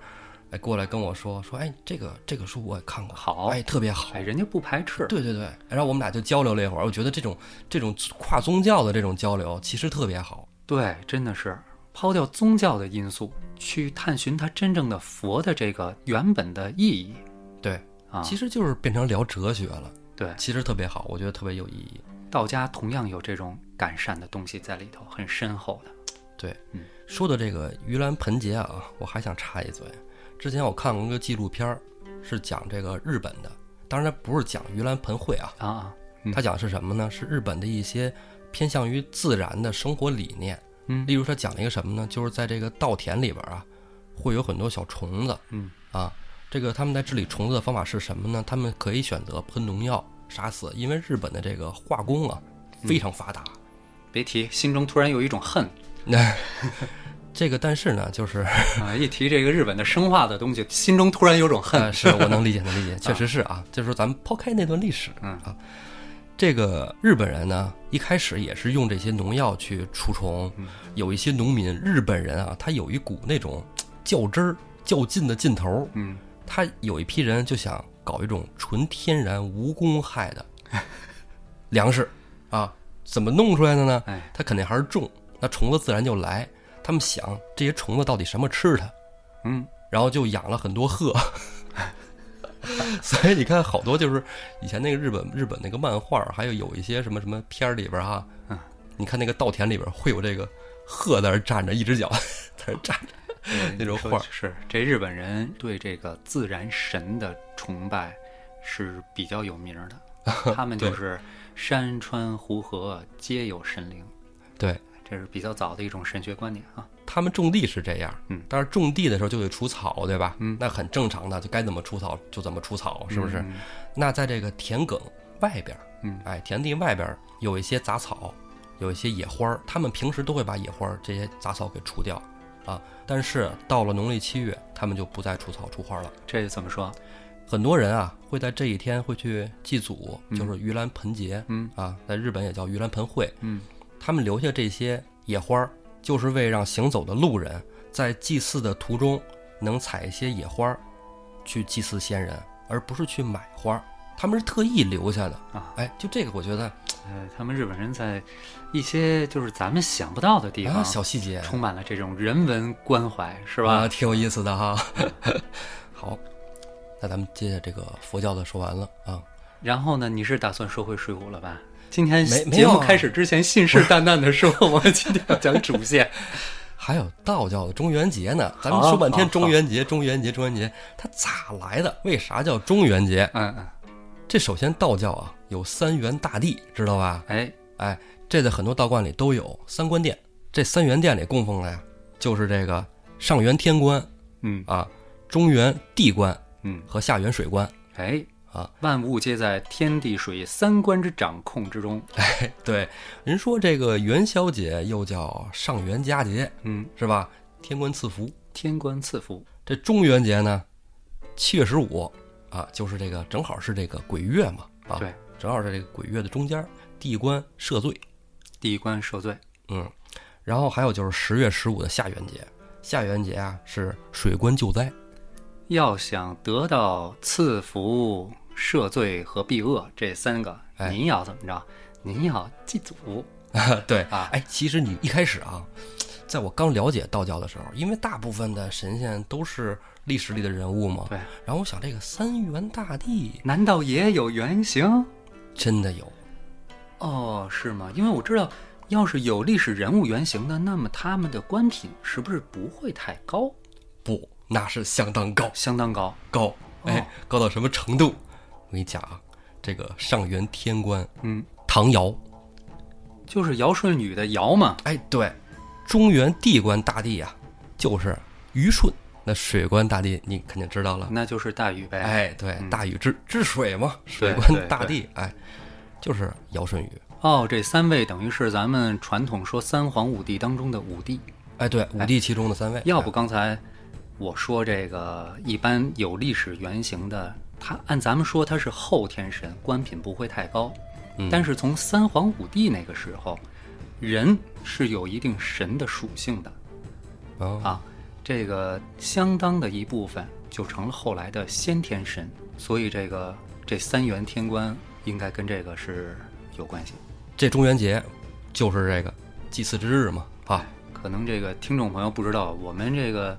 Speaker 1: 哎，过来跟我说说，哎，这个这个书我也看过，
Speaker 2: 好
Speaker 1: 哎，特别好
Speaker 2: 哎，。人家不排斥，
Speaker 1: 对对对，然后我们俩就交流了一会儿，我觉得这种这种跨宗教的这种交流其实特别好。
Speaker 2: 对，真的是抛掉宗教的因素，去探寻它真正的佛的这个原本的意义
Speaker 1: 对，
Speaker 2: 啊。
Speaker 1: 其
Speaker 2: 实
Speaker 1: 实就是变成聊哲学了，
Speaker 2: 对
Speaker 1: 其实特别好，我觉得特别有意义。
Speaker 2: 道家同样有这种感善的东西在里头，很深厚的。
Speaker 1: 对
Speaker 2: 嗯，
Speaker 1: 说到这个盂兰盆节啊，我还想插一嘴，之前我看过一个纪录片儿，是讲这个日本的，当然它不是讲盂兰盆会啊，
Speaker 2: 啊啊，嗯
Speaker 1: 它讲的是什么呢？是日本的一些偏向于自然的生活理念。
Speaker 2: 嗯
Speaker 1: 例如它讲了一个什么呢？就是在这个稻田里边啊，会有很多小虫子。
Speaker 2: 嗯
Speaker 1: 啊，这个他们在治理虫子的方法是什么呢？他们可以选择喷农药杀死，因为日本的这个化工啊
Speaker 2: 嗯
Speaker 1: 非常发达。
Speaker 2: 别提，心中突然有一种恨
Speaker 1: 那、这个但是呢， 就是
Speaker 2: 啊！一提这个日本的生化的东西，心中
Speaker 1: 呃
Speaker 2: 突然有种恨。 啊
Speaker 1: 呃，是我能理解，能理解，确实是啊。就是说咱们抛开那段历史
Speaker 2: 嗯
Speaker 1: 啊，这个日本人呢，一开始也是用这些农药去除虫
Speaker 2: 嗯，
Speaker 1: 有一些农民，日本人啊，他有一股那种较真儿、较劲的劲头儿，
Speaker 2: 嗯，
Speaker 1: 他有一批人就想搞一种纯天然无公害 的粮食啊，怎么弄出来的呢
Speaker 2: 哎？
Speaker 1: 他肯定还是种，那虫子自然就来。他们想这些虫子到底什么吃它，
Speaker 2: 嗯，
Speaker 1: 然后就养了很多鹤。 所以你看，好多就是以前那个日本日本那个漫画，还有有一些什么什么片儿里边哈、
Speaker 2: 嗯
Speaker 1: 你看那个稻田里边会有这个鹤在那儿站着，一只脚在那儿站着。
Speaker 2: 对
Speaker 1: 那种
Speaker 2: 你说
Speaker 1: 画儿
Speaker 2: 是这日本人对这个自然神的崇拜是比较有名儿 的，他们就
Speaker 1: 对
Speaker 2: 是山川湖河皆有神灵，
Speaker 1: 对，
Speaker 2: 这是比较早的一种神学观点啊。
Speaker 1: 他们种地是这样，
Speaker 2: 嗯
Speaker 1: 但是种地的时候就得除草，对吧？
Speaker 2: 嗯
Speaker 1: 那很正常的，就该怎么除草就怎么除草，是不是？
Speaker 2: 嗯？
Speaker 1: 那在这个田埂外边，
Speaker 2: 嗯，
Speaker 1: 哎，田地外边有一些杂草，有一些野花儿，他们平时都会把野花儿这些杂草给除掉啊。但是到了农历七月，他们就不再除草除花了。
Speaker 2: 这怎么说？
Speaker 1: 很多人啊会在这一天会去祭祖，就是盂兰盆节，
Speaker 2: 嗯
Speaker 1: 啊，在日本也叫盂兰盆会，
Speaker 2: 嗯，
Speaker 1: 他们留下这些野花儿，就是为让行走的路人在祭祀的途中能采一些野花儿去祭祀先人，而不是去买花儿。他们是特意留下的
Speaker 2: 啊
Speaker 1: 哎，就这个我觉得
Speaker 2: 呃，他们日本人在一些就是咱们想不到的地方，
Speaker 1: 啊，小细节
Speaker 2: 充满了这种人文关怀，是
Speaker 1: 是
Speaker 2: 吧？
Speaker 1: 挺有意思的哈。 好，那咱们接着这个佛教的说完了啊，
Speaker 2: 然后呢，你是打算说回《水浒》了吧？今天
Speaker 1: 没没
Speaker 2: 节目
Speaker 1: 有啊
Speaker 2: 开始之前，信誓旦旦的说我们今天要讲主 线，
Speaker 1: 还有道教的中元节呢，咱们
Speaker 2: 好
Speaker 1: 说半天
Speaker 2: 好
Speaker 1: 中元节，中元节，中元节，它咋来的？为啥叫中元节？
Speaker 2: 嗯嗯，
Speaker 1: 这首先道教啊有三元大帝，知道吧？
Speaker 2: 哎，
Speaker 1: 哎，这在很多道观里都有三官殿。这三元殿里供奉的呀，就是这个上元天官
Speaker 2: 嗯
Speaker 1: 啊，中元地官
Speaker 2: 嗯，
Speaker 1: 和下元水官。
Speaker 2: 哎
Speaker 1: 啊，
Speaker 2: 万物皆在天地水三观之掌控之中，
Speaker 1: 对，人说这个元宵节又叫上元佳节，
Speaker 2: 嗯，
Speaker 1: 是吧？天官赐福。
Speaker 2: 天官赐福，
Speaker 1: 这中元节呢，七月十五啊，就是这个正好是这个鬼月嘛，啊，
Speaker 2: 对，
Speaker 1: 正好是这个鬼月的中间儿，地官赦罪，
Speaker 2: 地官赦罪，
Speaker 1: 嗯，然后还有就是十月十五的下元节，下元节啊是水官救灾，
Speaker 2: 要想得到赐福、赦罪和避恶这三个，
Speaker 1: 哎
Speaker 2: 您要怎么着？您要祭祖，
Speaker 1: 对
Speaker 2: 啊
Speaker 1: 哎，其实你一开始啊，在我刚了解道教的时候，因为大部分的神仙都是历史里的人物嘛，
Speaker 2: 对。
Speaker 1: 然后我想这个三元大帝
Speaker 2: 难道也有原型？
Speaker 1: 真的有，
Speaker 2: 哦，是吗？因为我知道，要是有历史人物原型的，那么他们的官品是不是不会太高？
Speaker 1: 不，那是相当高
Speaker 2: 相当高。
Speaker 1: 高，
Speaker 2: 哦
Speaker 1: 哎，高到什么程度？我跟你讲啊，这个上元天官
Speaker 2: 嗯，
Speaker 1: 唐尧，
Speaker 2: 就是尧舜禹的尧嘛。
Speaker 1: 哎，对，中原地官大帝啊，就是虞舜。那水官大帝你肯定知道了，
Speaker 2: 那就是大禹呗。，
Speaker 1: 哎，对，
Speaker 2: 嗯
Speaker 1: 大禹治治水嘛，水
Speaker 2: 对
Speaker 1: 官
Speaker 2: 对
Speaker 1: 大帝，哎，就是尧舜禹。
Speaker 2: 哦，这三位等于是咱们传统说三皇五帝当中的五帝。
Speaker 1: 哎，对，五帝其中的三位，
Speaker 2: 哎要不刚才我说这个一般有历史原型的，他按咱们说他是后天神，官品不会太高。
Speaker 1: 嗯
Speaker 2: 但是从三皇五帝那个时候，人是有一定神的属性的。
Speaker 1: 啊，
Speaker 2: 啊，这个相当的一部分就成了后来的先天神，所以这个这三元天官应该跟这个是有关系。
Speaker 1: 这中元节就是这个祭祀之日嘛，啊，
Speaker 2: 可能这个听众朋友不知道，我们这个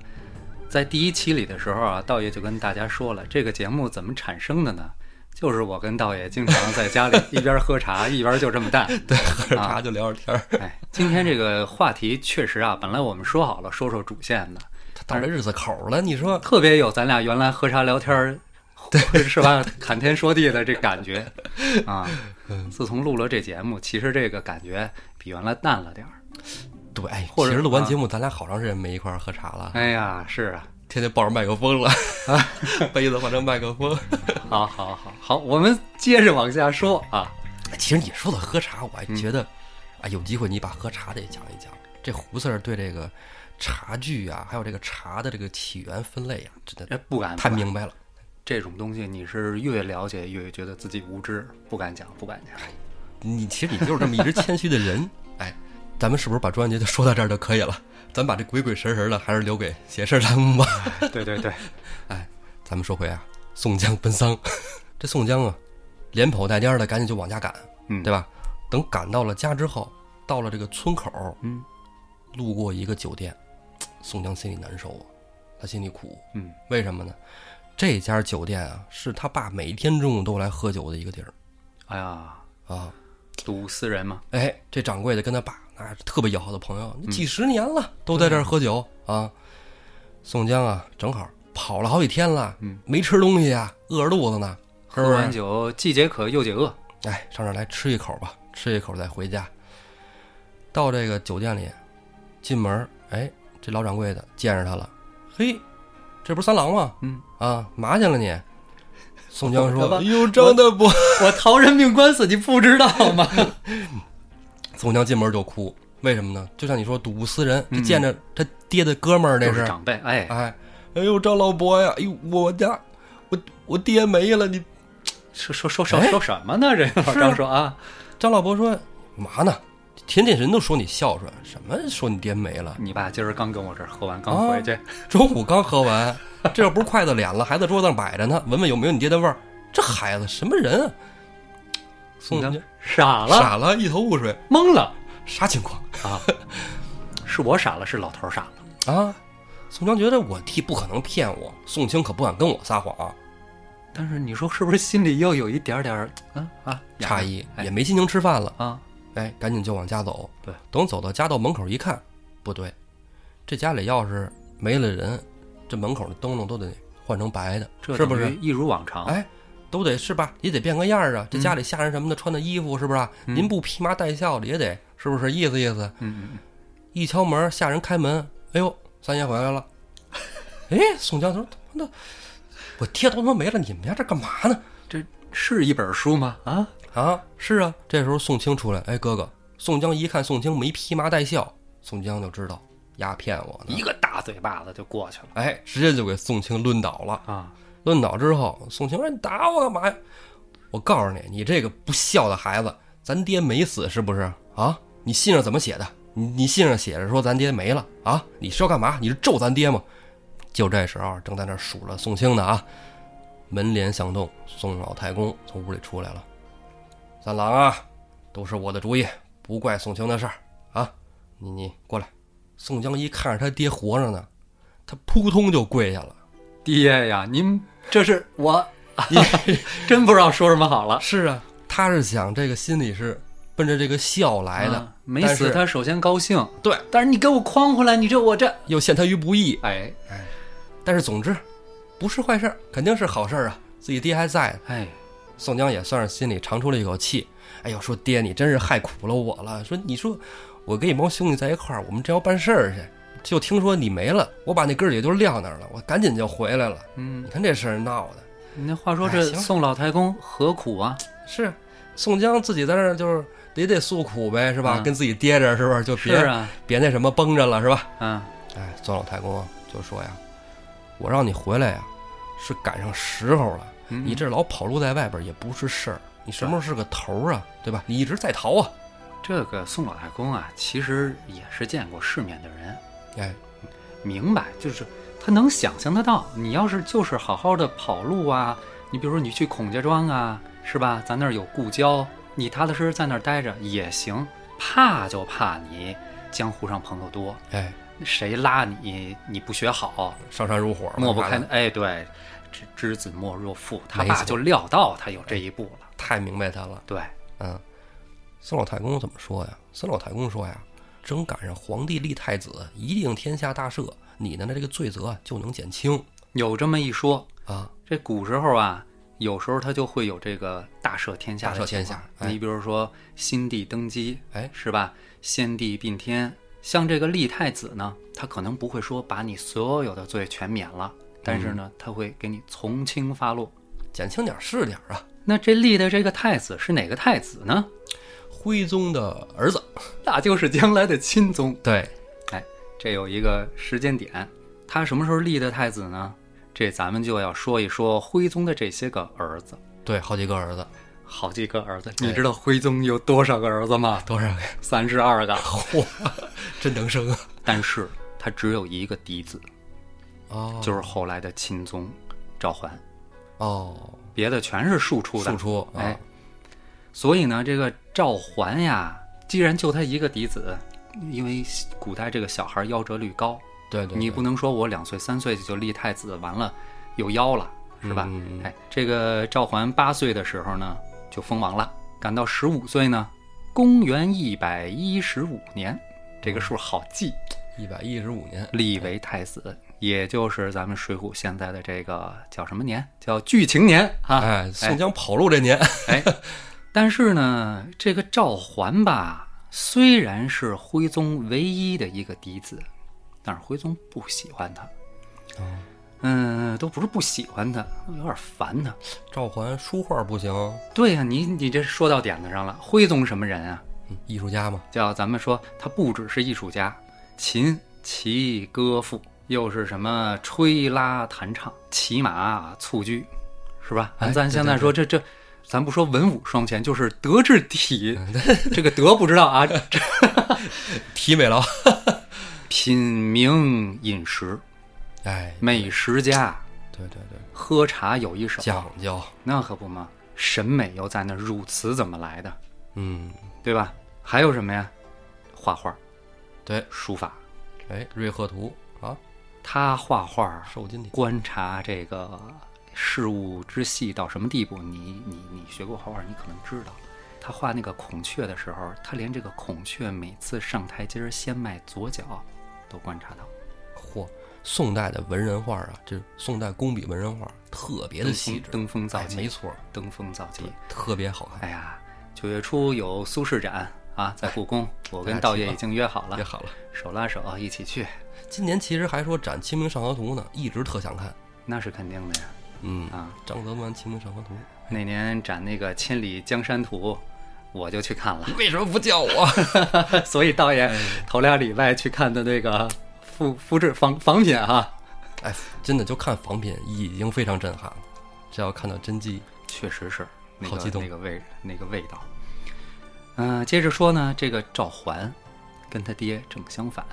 Speaker 2: 在第一期里的时候啊，道爷就跟大家说了，这个节目怎么产生的呢？就是我跟道爷经常在家里一边喝茶一边就这么干。
Speaker 1: 对，喝着茶就聊着天儿。
Speaker 2: 啊哎，今天这个话题确实啊，本来我们说好了说说主线的，
Speaker 1: 他到这日子口儿了，你说
Speaker 2: 特别有咱俩原来喝茶聊天儿，对，是吧？侃天说地的这感觉啊。自从录了这节目，其实这个感觉比原来淡了点儿。
Speaker 1: 对？哎
Speaker 2: 或
Speaker 1: 其
Speaker 2: 者
Speaker 1: 实录完
Speaker 2: 啊
Speaker 1: 节目，咱俩好长时间没一块儿喝茶了，
Speaker 2: 哎呀，是啊，
Speaker 1: 天天抱着麦克风了， 杯子换成麦克风。
Speaker 2: 好好好好，我们接着往下说啊。
Speaker 1: 其实你说的喝茶，我还觉得，啊，有机会你把喝茶得讲一讲。这胡四儿对这个茶具啊，还有这个茶的这个起源分类啊，真的
Speaker 2: 哎，不敢
Speaker 1: 太
Speaker 2: 不敢
Speaker 1: 明白了。
Speaker 2: 这种东西，你是越了解越觉得自己无知，不敢讲，不敢讲。
Speaker 1: 你其实你就是这么一直谦虚的人。哎，咱们是不是把中元节就说到这儿就可以了？咱把这鬼鬼神神的还是留给邪事儿咱们吧。
Speaker 2: 对对对，
Speaker 1: 咱们说回啊，宋江奔丧， 这宋江啊，连跑带颠儿的，赶紧就往家赶，
Speaker 2: 嗯
Speaker 1: 对吧？等赶到了家之后，到了这个村口，
Speaker 2: 嗯
Speaker 1: 路过一个酒店，宋江心里难受啊，他心里苦，
Speaker 2: 嗯，
Speaker 1: 为什么呢？这家酒店啊，是他爸每天中午都来喝酒的一个地儿
Speaker 2: 哎呀，
Speaker 1: 啊。
Speaker 2: 赌私人嘛，
Speaker 1: 哎，这掌柜的跟他爸那是特别要好的朋友，
Speaker 2: 嗯
Speaker 1: 那几十年了、都在这儿喝酒啊。宋江啊，正好跑了好几天了，
Speaker 2: 嗯
Speaker 1: 没吃东西啊，饿着肚子呢，是
Speaker 2: 喝
Speaker 1: 不
Speaker 2: 完
Speaker 1: 是？
Speaker 2: 酒既解渴又解饿，
Speaker 1: 哎，上这儿来吃一口吧，吃一口再回家。到这个酒店里，进门儿，哎，这老掌柜的见着他了，嘿，这不是三郎吗？
Speaker 2: 嗯
Speaker 1: 啊，嘛去了 你？宋江
Speaker 2: 我他妈
Speaker 1: 说：“哎呦，张大伯。
Speaker 2: 我逃人命官司，你不知道吗？
Speaker 1: 宋江进门就哭，为什么呢？就像你说，睹物思人，
Speaker 2: 嗯
Speaker 1: 就见着他爹的哥们儿那，
Speaker 2: 就是是长辈，哎，
Speaker 1: 哎，哎呦，张老伯呀，哎呦，我家我我爹没了，你
Speaker 2: 说说说说
Speaker 1: 哎
Speaker 2: 说什么呢？人老张说啊，
Speaker 1: 张老伯说嘛呢？田进神都说你孝顺，什么说你爹没 了？
Speaker 2: 你爸今儿刚跟我这儿喝完，
Speaker 1: 哦
Speaker 2: 刚回去，
Speaker 1: 中午刚喝完，这要不是筷子脸了，还在桌子上摆着呢，闻闻有没有你爹的味儿。这孩子什么人啊？
Speaker 2: 宋
Speaker 1: 宋
Speaker 2: 江
Speaker 1: 江
Speaker 2: 傻了，
Speaker 1: 傻了，一头雾水，
Speaker 2: 懵了
Speaker 1: 啥情况
Speaker 2: 啊！是我傻了，是老头傻了，
Speaker 1: 啊？宋江觉得我弟不可能骗我，宋清可不敢跟我撒谎、
Speaker 2: 但是你说是不是心里又有一点点儿啊啊
Speaker 1: 诧异
Speaker 2: 哎
Speaker 1: 也没心情吃饭了，
Speaker 2: 啊？
Speaker 1: 哎，赶紧就往家走。
Speaker 2: 对，
Speaker 1: 等走到家道门口一看，不对，这家里要是没了人，这门口的灯笼都得换成白的，
Speaker 2: 这
Speaker 1: 是不
Speaker 2: 等
Speaker 1: 是
Speaker 2: 于？啊一如往常？
Speaker 1: 哎，都得是吧？也得变个样儿啊！这家里下人什么的穿的衣服是不是啊？
Speaker 2: 嗯
Speaker 1: 您不披麻戴孝的也得是不是意思意思？
Speaker 2: 嗯嗯
Speaker 1: 一敲门，下人开门，哎呦，三爷回来 了。哎，宋江说：“他妈的，我爹都他妈没了，你们家这干嘛呢
Speaker 2: 嗯，这是一本书吗？啊，？”
Speaker 1: 啊，是啊。这时候宋清出来，哎，哥哥，宋江一看宋清没披麻戴孝，宋江就知道丫骗我呢，
Speaker 2: 一个大嘴巴子就过去了
Speaker 1: 哎，直接就给宋清抡倒了。
Speaker 2: 啊！
Speaker 1: 论倒之后，宋清说：“你打我干嘛呀？”我告诉你，你这个不孝的孩子，咱爹没死是不是啊？你信上怎么写的？你你信上写着说咱爹没了啊？你是要干嘛？你是咒咱爹吗？就这时候，正在那儿数着宋清呢啊，门帘响动，宋老太公从屋里出来了。三郎啊，都是我的主意，不怪宋清的事儿啊。你你过来。宋江一看着他爹活着呢，他扑通就跪下了。
Speaker 2: 爹呀，您这是我， 真不知道说什么好了。
Speaker 1: 是啊，他是想这个心里是奔着这个孝来的，
Speaker 2: 啊没
Speaker 1: 但
Speaker 2: 死
Speaker 1: 是
Speaker 2: 他首先高兴，
Speaker 1: 对，
Speaker 2: 但是你给我诓回来，你这我这，
Speaker 1: 又陷他于不义。
Speaker 2: 哎
Speaker 1: 但是总之，不是坏事儿，肯定是好事儿啊。自己爹还在呢，
Speaker 2: 哎，
Speaker 1: 宋江也算是心里长出了一口气。哎呦，说爹，你真是害苦了我了。说你说我跟一帮兄弟在一块儿，我们正要办事儿去，就听说你没了，我把那哥儿也就撂那儿了，我赶紧就回来了。
Speaker 2: 嗯
Speaker 1: 你，看这事儿闹的，
Speaker 2: 你那话说
Speaker 1: 哎
Speaker 2: 这
Speaker 1: 行了
Speaker 2: 宋老太公何苦啊？
Speaker 1: 是宋江自己在那儿就是也得诉苦呗，是吧？
Speaker 2: 嗯
Speaker 1: 跟自己爹着是不是？就是别、
Speaker 2: 啊，
Speaker 1: 别那什么绷着了，是吧？
Speaker 2: 嗯，
Speaker 1: 哎，尊老太公就说呀：“我让你回来呀，是赶上时候了。
Speaker 2: 嗯
Speaker 1: 你这老跑路在外边也不是事儿，你什么时候是个头儿啊？对吧？你一直在逃啊！
Speaker 2: 这个宋老太公啊，其实也是见过世面的人，
Speaker 1: 哎，
Speaker 2: 明白，就是他能想象得到。你要是就是好好的跑路啊，你比如说你去孔家庄啊，是吧？咱那儿有故交，你踏踏实实在那儿待着也行。怕就怕你江湖上朋友多，
Speaker 1: 哎，
Speaker 2: 谁拉你你不学好，
Speaker 1: 上山入伙嘛，
Speaker 2: 抹不开
Speaker 1: 看。
Speaker 2: 哎，对，知知子莫若父，他
Speaker 1: 没
Speaker 2: 爸
Speaker 1: 错
Speaker 2: 就料到他有这一步了。
Speaker 1: 太明白他了。
Speaker 2: 对，
Speaker 1: 嗯，孙老太公怎么说呀？孙老太公说呀：“正赶上皇帝立太子，一定天下大赦，你的这个罪责啊就能减轻
Speaker 2: 有这么一说，
Speaker 1: 啊。
Speaker 2: 这古时候啊，有时候他就会有这个大赦天下的
Speaker 1: 大赦天
Speaker 2: 情况
Speaker 1: 下哎
Speaker 2: 你比如说新帝登基，
Speaker 1: 哎
Speaker 2: 是吧？先帝并天，像这个立太子呢，他可能不会说把你所有的罪全免了，但是呢，
Speaker 1: 嗯
Speaker 2: 他会给你从轻发落。
Speaker 1: 减轻点儿是点儿啊。
Speaker 2: 那这立的这个太子是哪个太子呢？”
Speaker 1: 徽宗的儿子，
Speaker 2: 那就是将来的钦宗。
Speaker 1: 对，
Speaker 2: 哎，这有一个时间点，他什么时候立的太子呢？这咱们就要说一说徽宗的这些个儿子
Speaker 1: 对，好几个儿子，
Speaker 2: 好几个儿子。
Speaker 1: 哎
Speaker 2: 你知道徽宗有多少个儿子吗？
Speaker 1: 多少个？
Speaker 2: 三十 二个。
Speaker 1: 嚯，真能生啊！
Speaker 2: 但是他只有一个嫡子，
Speaker 1: 哦
Speaker 2: 就是后来的钦宗赵桓，
Speaker 1: 哦，
Speaker 2: 别的全是庶出的。
Speaker 1: 庶出，啊
Speaker 2: 哎，，所以呢，这个赵桓呀，既然就他一个嫡子，因为古代这个小孩夭折率高，
Speaker 1: 对对，
Speaker 2: 你
Speaker 1: 对
Speaker 2: 不能说我两岁三岁就立太子，完了有妖了，是吧？
Speaker 1: 嗯嗯嗯
Speaker 2: 哎，这个赵桓八岁的时候呢，就封王了，赶到十五岁呢，公元一百一十五年，这
Speaker 1: 嗯
Speaker 2: 个数好记，
Speaker 1: 一百一十五年，
Speaker 2: 立为太子。也就是咱们《水浒》现在的这个叫什么年？叫巨情年啊！
Speaker 1: 哎，宋江跑路这年，
Speaker 2: 哎，但是呢，这个赵桓吧，虽然是徽宗唯一的一个嫡子，但是徽宗不喜欢他。
Speaker 1: 哦
Speaker 2: 嗯，都不是不喜欢他，有点烦他。
Speaker 1: 赵桓书画不行，
Speaker 2: 对呀、你你这说到点子上了。徽宗什么人啊？
Speaker 1: 嗯艺术家嘛，
Speaker 2: 叫咱们说他不只是艺术家，琴棋歌赋，又是什么吹拉弹唱、骑马蹴鞠，是吧？
Speaker 1: 哎
Speaker 2: 咱
Speaker 1: 对
Speaker 2: 现
Speaker 1: 对
Speaker 2: 在说这这，咱不说文武双全，就是德智体，
Speaker 1: 嗯
Speaker 2: 这个德不知道啊，这
Speaker 1: 体美劳，
Speaker 2: 品名饮食，
Speaker 1: 哎，
Speaker 2: 美食家，
Speaker 1: 对对对，
Speaker 2: 喝茶有一手，
Speaker 1: 讲究，
Speaker 2: 那可不嘛。审美又在那，入词怎么来的，
Speaker 1: 嗯，
Speaker 2: 对吧？还有什么呀？画画、
Speaker 1: 对，
Speaker 2: 书法，
Speaker 1: 哎，瑞鹤图啊，
Speaker 2: 他画画
Speaker 1: 瘦金体，
Speaker 2: 观察这个事物之细到什么地步，你你你学过画画，你可能知道。他画那个孔雀的时候，他连这个孔雀每次上台阶儿先迈左脚都观察到，
Speaker 1: 嚯，宋代的文人画啊，这宋代工笔文人画特别的
Speaker 2: 登
Speaker 1: 细
Speaker 2: 峰
Speaker 1: 致，
Speaker 2: 登峰造
Speaker 1: 哎，没
Speaker 2: 极，
Speaker 1: 错，
Speaker 2: 登峰造极。
Speaker 1: 特别好看，
Speaker 2: 哎呀，九月初有苏轼展啊，在故宫，我跟道爷已经约好
Speaker 1: 也
Speaker 2: 了，
Speaker 1: 好了。
Speaker 2: 手拉手一起去，
Speaker 1: 今年其实还说展《清明上河图》呢，一直特想看，
Speaker 2: 那是肯定的呀
Speaker 1: 嗯，
Speaker 2: 啊。
Speaker 1: 张择端《清明上河图
Speaker 2: 那年展那个《千里江山图》，我就去看了，》，
Speaker 1: 为什么不叫我？
Speaker 2: 所以导演头俩礼拜去看的那个复复制仿仿品哈、
Speaker 1: 哎，真的就看仿品已经非常震撼了，这要看到真迹，
Speaker 2: 确实是那
Speaker 1: 好激
Speaker 2: 个
Speaker 1: 动
Speaker 2: 那个味那个味道。嗯、接着说呢，这个赵桓跟他爹正相反，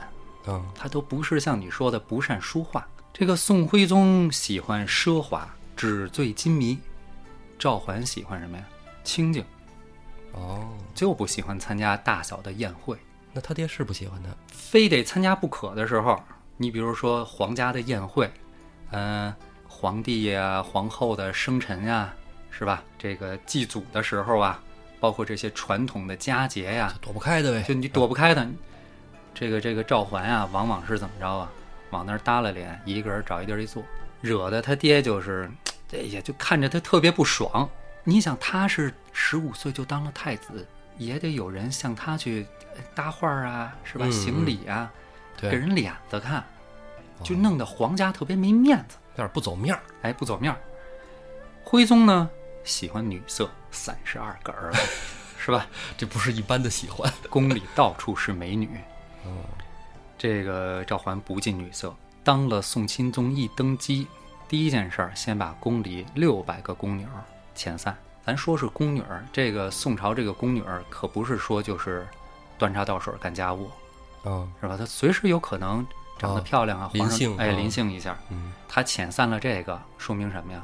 Speaker 1: 嗯，
Speaker 2: 他都不是像你说的不善书画。这个宋徽宗喜欢奢华，纸醉金迷；赵桓喜欢什么呀？清静，
Speaker 1: 哦，
Speaker 2: 就不喜欢参加大小的宴会。
Speaker 1: 那他爹是不喜欢他，
Speaker 2: 非得参加不可的时候，你比如说皇家的宴会，嗯、皇帝呀、皇后的生辰呀、是吧？这个祭祖的时候啊，包括这些传统的佳节呀、
Speaker 1: 他躲不开的呗
Speaker 2: 就。你躲不开的。这个这个赵桓啊，往往是怎么着啊？往那儿耷拉脸，一个人找一地儿一坐，惹得他爹就是，哎呀，就看着他特别不爽。你想，他是十五岁就当了太子，也得有人向他去呃搭话啊，是吧？
Speaker 1: 嗯
Speaker 2: 行礼啊，
Speaker 1: 对，哦
Speaker 2: 给
Speaker 1: 有
Speaker 2: 人脸子看，就弄得皇家特别没面子，
Speaker 1: 点不走面儿，
Speaker 2: 哎，不走面儿。徽宗呢，喜欢女色，三十二个儿子， 是吧？
Speaker 1: 这不是一般的喜欢。
Speaker 2: 宫里到处是美女。
Speaker 1: 嗯，
Speaker 2: 这个赵桓不近女色，当了宋钦宗一登基，第一件事儿先把宫里六百个宫女儿遣散。咱说是宫女儿，这个宋朝这个宫女儿可不是说就是端茶倒水干家务，
Speaker 1: 嗯，
Speaker 2: 是吧？她随时有可能长得
Speaker 1: 哦
Speaker 2: 漂亮啊，
Speaker 1: 临
Speaker 2: 皇上
Speaker 1: 幸
Speaker 2: 哎
Speaker 1: 啊
Speaker 2: 临幸一下，
Speaker 1: 嗯，
Speaker 2: 他遣散了这个，说明什么呀？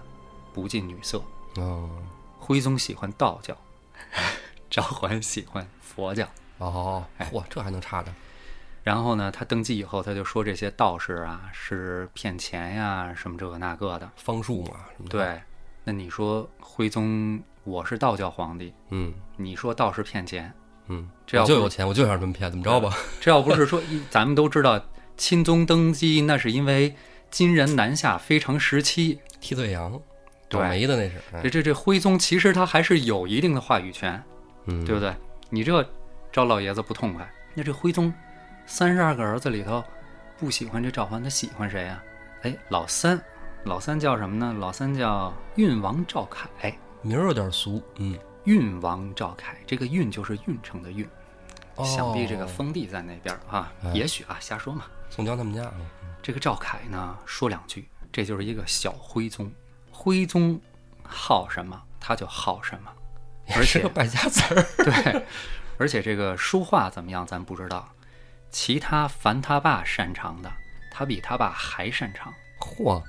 Speaker 2: 不近女色。
Speaker 1: 嗯，
Speaker 2: 徽宗喜欢道教， 赵桓喜欢佛教。
Speaker 1: 哦，嚯，这还能差着？
Speaker 2: 然后呢，他登基以后，他就说这些道士啊是骗钱呀、什么这个那个的。
Speaker 1: 方术嘛，什么的，
Speaker 2: 对，那你说徽宗我是道教皇帝，
Speaker 1: 嗯
Speaker 2: 你说道士骗钱，
Speaker 1: 嗯，
Speaker 2: 这要
Speaker 1: 我就
Speaker 2: 不
Speaker 1: 有钱，我就想这么骗，怎么着吧？
Speaker 2: 这要不是说 咱们都知道钦宗登基，那是因为金人南下非常时期，
Speaker 1: 替罪羊，倒
Speaker 2: 嗯对
Speaker 1: 霉的那是，
Speaker 2: 这
Speaker 1: 哎
Speaker 2: 这这徽宗其实他还是有一定的话语权，
Speaker 1: 嗯，
Speaker 2: 对不对？你这招老爷子不痛快，那这徽宗三十二个儿子里头，不喜欢这赵桓，他喜欢谁呀、哎，老三，老三叫什么呢？老三叫运王赵凯。
Speaker 1: 名儿有点俗，嗯，
Speaker 2: 运王赵凯，这个运就是运城的运，
Speaker 1: 哦
Speaker 2: 想必这个封地在那边儿啊，
Speaker 1: 哎
Speaker 2: 也许啊，瞎说嘛。
Speaker 1: 宋江他们家啊，
Speaker 2: 这个赵凯呢，说两句，这就是一个小徽宗。徽宗好什么，他就好什么。
Speaker 1: 也
Speaker 2: 而
Speaker 1: 是
Speaker 2: 且
Speaker 1: 个败家子儿。
Speaker 2: 对，而且这个书画怎么样咱不知道，其他凡他爸擅长的，他比他爸还擅长，
Speaker 1: 嚯，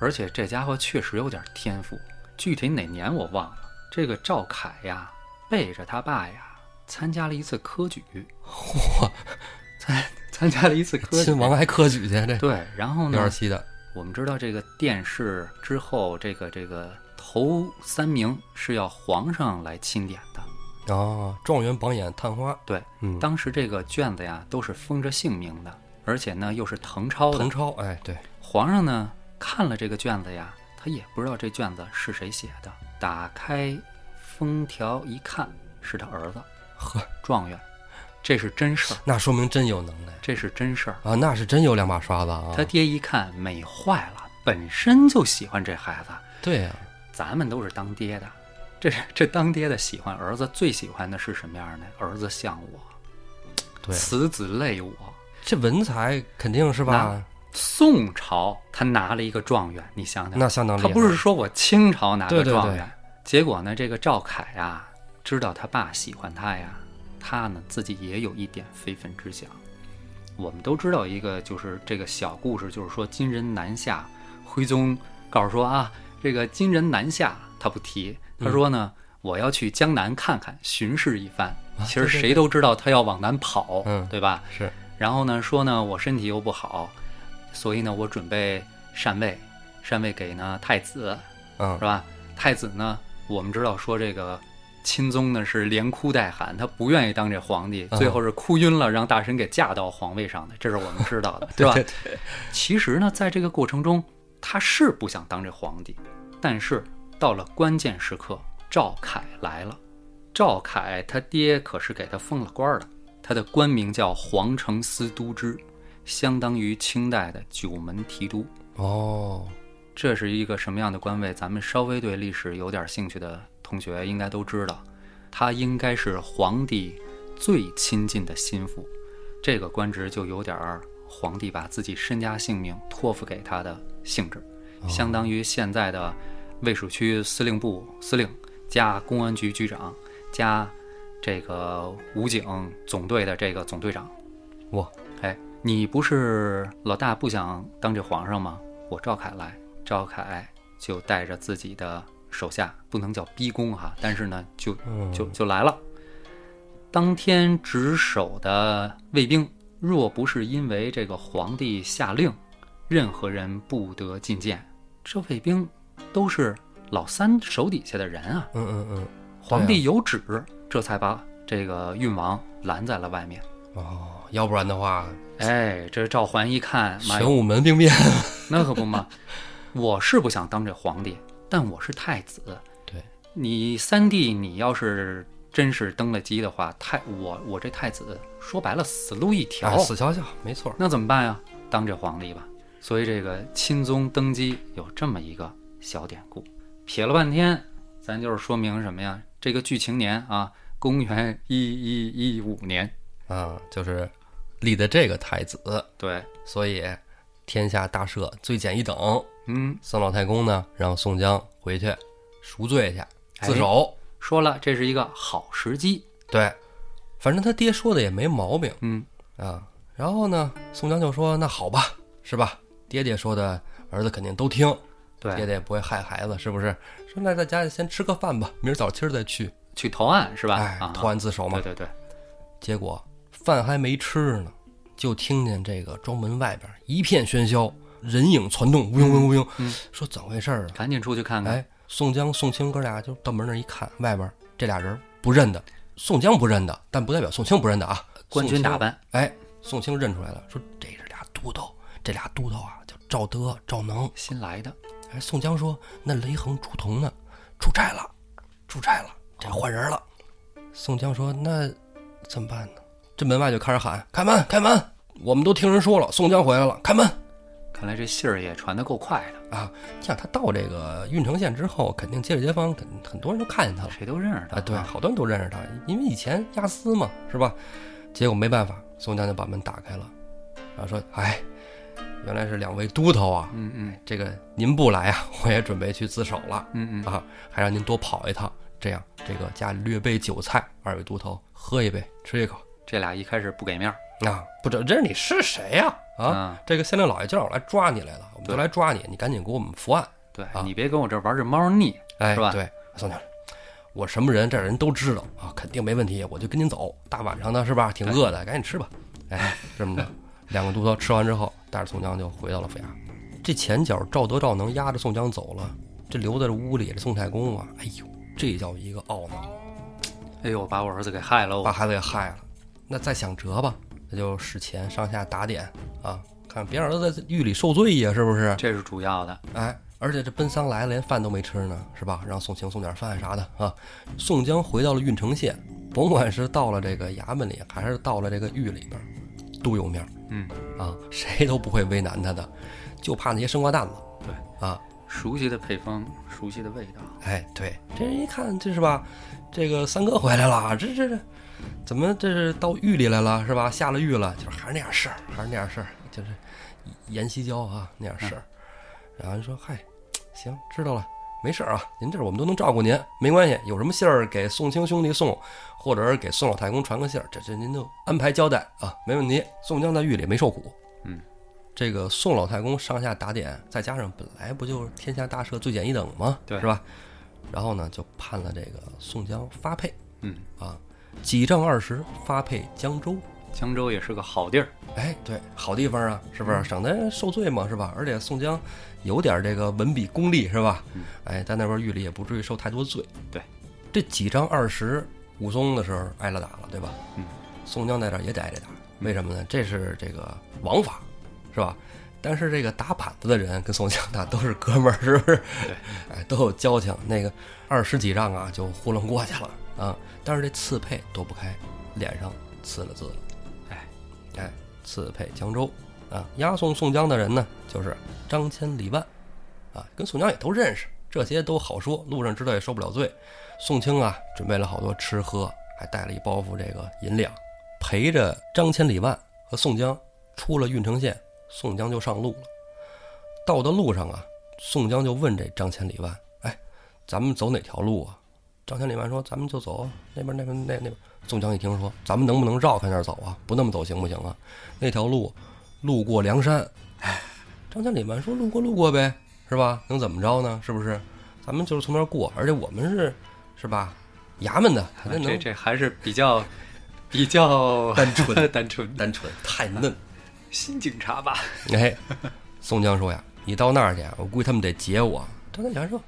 Speaker 2: 而且这家伙确实有点天赋，具体哪年我忘了。这个赵凯呀，背着他爸呀，参加了一次 科举，
Speaker 1: 嚯，
Speaker 2: 参参加了一次科举，
Speaker 1: 亲王还科举去，这
Speaker 2: 对，然后
Speaker 1: 有
Speaker 2: 呢
Speaker 1: 点，气的。
Speaker 2: 我们知道这个殿试之后，这个这个头三名是要皇上来钦点的。
Speaker 1: 哦，状元榜眼探花，
Speaker 2: 对，
Speaker 1: 嗯，
Speaker 2: 当时这个卷子呀都是封着姓名的，而且呢又是誊抄的
Speaker 1: 滕。超，哎，对，
Speaker 2: 皇上呢看了这个卷子呀，他也不知道这卷子是谁写的，打开封条一看，是他儿子
Speaker 1: 呵，
Speaker 2: 状元，这是真事儿，
Speaker 1: 那说明真有能耐
Speaker 2: 这是真事儿。
Speaker 1: 啊，那是真有两把刷子啊。
Speaker 2: 他爹一看美坏了，本身就喜欢这孩子，
Speaker 1: 对啊呀、
Speaker 2: 咱们都是当爹的，这是这当爹的喜欢儿子最喜欢的是什么样的？儿子像我，
Speaker 1: 对，
Speaker 2: 此子累我。
Speaker 1: 这文采肯定是吧？
Speaker 2: 宋朝他拿了一个状元，你想想，
Speaker 1: 那相当厉
Speaker 2: 他
Speaker 1: 害。
Speaker 2: 不是说我清朝拿
Speaker 1: 对
Speaker 2: 个
Speaker 1: 对
Speaker 2: 状
Speaker 1: 对
Speaker 2: 元，结果呢，这个赵凯啊，知道他爸喜欢他呀，他呢自己也有一点非分之想。我们都知道一个就是这个小故事，就是说金人南下，徽宗告诉说啊，这个金人南下，他不提，他说呢，
Speaker 1: 嗯
Speaker 2: 我要去江南看看，巡视一番。
Speaker 1: 啊
Speaker 2: 其实
Speaker 1: 对对
Speaker 2: 谁都知道他要往南跑，
Speaker 1: 嗯
Speaker 2: 对吧？
Speaker 1: 是
Speaker 2: 然后呢，说呢我身体又不好，所以呢我准备禅位，禅位给呢太子，
Speaker 1: 嗯
Speaker 2: 是，吧？太子呢，我们知道说这个钦宗呢是连哭带喊，他不愿意当这皇帝，
Speaker 1: 嗯
Speaker 2: 最后是哭晕了，让大神给架到皇位上的，这是我们知道 的，对吧？其实呢，在这个过程中，他是不想当这皇帝，但是到了关键时刻，赵凯来了。赵凯他爹可是给他封了官儿的，他的官名叫皇城司都知，相当于清代的九门提督。
Speaker 1: 哦，
Speaker 2: 这是一个什么样的官位？咱们稍微对历史有点兴趣的同学应该都知道，他应该是皇帝最亲近的心腹。这个官职就有点儿皇帝把自己身家性命托付给他的性质，相当于现在的卫戍区司令部司令加公安局局长加这个武警总队的这个总队长。
Speaker 1: 哇，
Speaker 2: 哎，你不是老大不想当这皇上吗？我赵凯来，赵凯就带着自己的手下，不能叫逼宫哈，但是呢，就
Speaker 1: 嗯，
Speaker 2: 就就来了。当天值守的卫兵，若不是因为这个皇帝下令，任何人不得觐见。这卫兵都是老三手底下的人啊，
Speaker 1: 嗯嗯嗯，
Speaker 2: 皇帝有旨，这才把这个运王拦在了外面。
Speaker 1: 哦，要不然的话，
Speaker 2: 哎，这赵桓一看，妈
Speaker 1: 玄
Speaker 2: 呀，
Speaker 1: 武门兵变，
Speaker 2: 哦 那可不嘛！我是不想当这皇帝，但我是太子。
Speaker 1: 对，
Speaker 2: 你三弟，你要是真是登了基的话，太我我这太子说白了死路一条，
Speaker 1: 哎，死翘翘，没错儿，
Speaker 2: 那怎么办呀？当这皇帝吧。所以这个钦宗登基有这么一个小典故，撇了半天，咱就是说明什么呀？这个剧情年啊，公元一一一五年，
Speaker 1: 啊，就是立的这个太子，
Speaker 2: 对，
Speaker 1: 所以天下大赦，罪减一等。
Speaker 2: 嗯，
Speaker 1: 宋老太公呢，让宋江回去赎罪去，
Speaker 2: 哎
Speaker 1: 自首。
Speaker 2: 说了这是一个好时机，
Speaker 1: 对，反正他爹说的也没毛病
Speaker 2: 嗯，
Speaker 1: 啊。然后呢，宋江就说：“那好吧，是吧？爹爹说的，儿子肯定都听，
Speaker 2: 对，
Speaker 1: 爹爹也不会害孩子，是不是？说那在家先吃个饭吧，明儿早清儿再去。
Speaker 2: 去投案是吧？
Speaker 1: 哎
Speaker 2: 啊，，
Speaker 1: 投案自首嘛
Speaker 2: 对。对对，
Speaker 1: 结果饭还没吃呢，就听见这个庄门外边一片喧嚣，人影攒动，乌泱乌泱乌
Speaker 2: 嗯
Speaker 1: 泱。说怎么回事儿啊？
Speaker 2: 赶紧出去看看。
Speaker 1: 哎，宋江、宋清哥俩就到门那儿一看，外边这俩人不认得，宋江不认得，但不代表宋清不认得啊。
Speaker 2: 官军打扮，
Speaker 1: 哎，宋清认出来了，说这是俩都头，这俩都头啊叫赵德、赵能。
Speaker 2: 新来的，
Speaker 1: 哎，宋江说那雷横、朱仝呢？出差了，出差了，这换人了。宋江说那怎么办呢？这门外就开始喊开门，开门！我们都听人说了，宋江回来了，开门！
Speaker 2: 看来这信儿也传得够快的，
Speaker 1: 啊，你想他到这个郓城县之后，肯定街里街坊，肯很多人都看见他了。
Speaker 2: 谁都认识他
Speaker 1: 啊，对，好多人都认识他，因为以前押司嘛，是吧？结果没办法，宋江就把门打开了，然后说：“哎，原来是两位都头啊，
Speaker 2: 嗯嗯
Speaker 1: 这个您不来啊，我也准备去自首了
Speaker 2: 嗯嗯，
Speaker 1: 啊，还让您多跑一趟，这样，这个家里略备酒菜，二位都头喝一杯，吃一口。
Speaker 2: 这俩一开始不给面儿
Speaker 1: 啊，不知这是你是谁呀、啊？
Speaker 2: 啊，
Speaker 1: 这个县令老爷叫我来抓你来了，我们就
Speaker 2: 对
Speaker 1: 来抓你，你赶紧给我们伏案。
Speaker 2: 对
Speaker 1: 啊
Speaker 2: 你别跟我这玩这猫腻，
Speaker 1: 哎，
Speaker 2: 是吧
Speaker 1: 对，宋教授，我什么人，这人都知道啊，肯定没问题，我就跟您走。大晚上的是吧？挺饿的，赶紧吃吧。哎，这么着，两个都头吃完之后，带着宋江就回到了府衙。这前脚赵德赵能押着宋江走了，这留在这屋里这宋太公啊，哎呦，这叫一个懊恼。
Speaker 2: 哎呦，把我儿子给害了我，哦
Speaker 1: 把孩子给害了。那再想辙吧，那就使钱上下打点啊，看别让儿子在狱里受罪呀，是不是？
Speaker 2: 这是主要的。
Speaker 1: 哎，而且这奔丧来了，连饭都没吃呢，是吧？让宋清送点饭啥的啊。宋江回到了郓城县，甭管是到了这个衙门里，还是到了这个狱里边，都有面儿
Speaker 2: 嗯，
Speaker 1: 啊，谁都不会为难他的，就怕那些生瓜蛋子。
Speaker 2: 对
Speaker 1: 啊，
Speaker 2: 熟悉的配方，熟悉的味道，
Speaker 1: 哎，对，这人一看，这是吧？这个三哥回来了，啊这这这，怎么这是到狱里来了是吧？下了狱了，就是还是那点事儿，还是那点事儿，就是阎锡交啊那点事儿。
Speaker 2: 嗯
Speaker 1: 然后人说：“嗨，行，知道了，没事儿啊，您这儿我们都能照顾您，没关系。有什么信儿给宋清兄弟送，或者是给宋老太公传个信儿，这这您就安排交代啊，没问题。宋江在狱里没受苦，
Speaker 2: 嗯，
Speaker 1: 这个宋老太公上下打点，再加上本来不就是天下大赦罪减一等吗？
Speaker 2: 对
Speaker 1: 是吧？然后呢，就判了这个宋江发配
Speaker 2: 嗯，
Speaker 1: 啊，几丈二十发配江州。
Speaker 2: 江州也是个好地儿，
Speaker 1: 哎，对，好地方啊，是不
Speaker 2: 嗯
Speaker 1: 是？省得受罪嘛，是吧？而且宋江有点这个文笔功力，是吧
Speaker 2: 嗯？
Speaker 1: 哎，在那边狱里也不至于受太多罪。
Speaker 2: 对，
Speaker 1: 这几张二十，武松的时候挨了打了，对吧？
Speaker 2: 嗯，
Speaker 1: 宋江在这儿也得挨着打，为什么呢？这是这个王法，是吧？但是这个打板子的人跟宋江打都是哥们儿，是不是？
Speaker 2: 对，
Speaker 1: 哎，都有交情。那个二十几仗啊，就糊弄过去了啊。但是这刺配躲不开，脸上刺了字了。
Speaker 2: 哎，
Speaker 1: 哎，刺配江州啊，押送宋江的人呢，就是张千、李万啊，跟宋江也都认识，这些都好说，路上知道也受不了罪。宋清啊，准备了好多吃喝，还带了一包袱这个银两，陪着张千、李万和宋江出了郓城县，宋江就上路了。到的路上啊，宋江就问这张千、李万：“哎，咱们走哪条路啊？”张千、李万说：“咱们就走那边、那边、那那边。”宋江一听说，咱们能不能绕开那儿走啊？不那么走行不行啊？那条路路过梁山。哎张千李万说：“路过路过呗，是吧？能怎么着呢？是不是？咱们就是从那儿过，而且我们是，是吧？衙门的，那能
Speaker 2: 这这还是比较比较
Speaker 1: 单纯
Speaker 2: 单纯的
Speaker 1: 单纯太嫩。
Speaker 2: 新警察吧？”
Speaker 1: 哎，宋江说呀：“你到那儿去啊，我估计他们得劫我。”张千李万说：“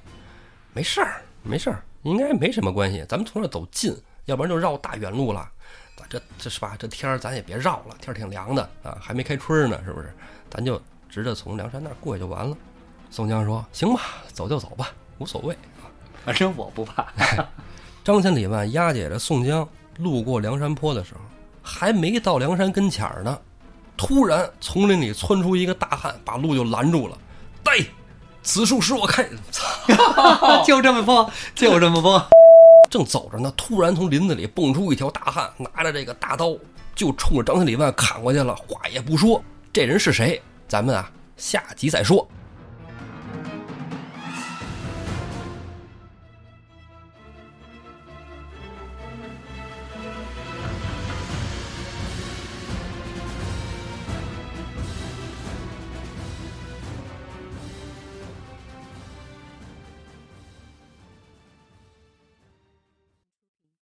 Speaker 1: 没事儿，没事儿，应该没什么关系。咱们从这儿走近，要不然就绕大远路了。咱这这是吧？这天儿咱也别绕了，天儿挺凉的啊，还没开春儿呢，是不是？咱就直着从梁山那儿过去就完了。”宋江说：“行吧，走就走吧，无所谓。”
Speaker 2: 反正我 不怕。
Speaker 1: 张千里万押解着宋江路过梁山坡的时候，还没到梁山跟前儿呢，突然丛林里窜出一个大汉，把路就拦住了。带，此树使我开。操！
Speaker 2: 就这么蹦，就这么蹦。
Speaker 1: 正走着呢，突然从林子里蹦出一条大汉，拿着这个大刀就冲着张千里万砍过去了，话也不说。这人是谁？咱们啊，下集再说。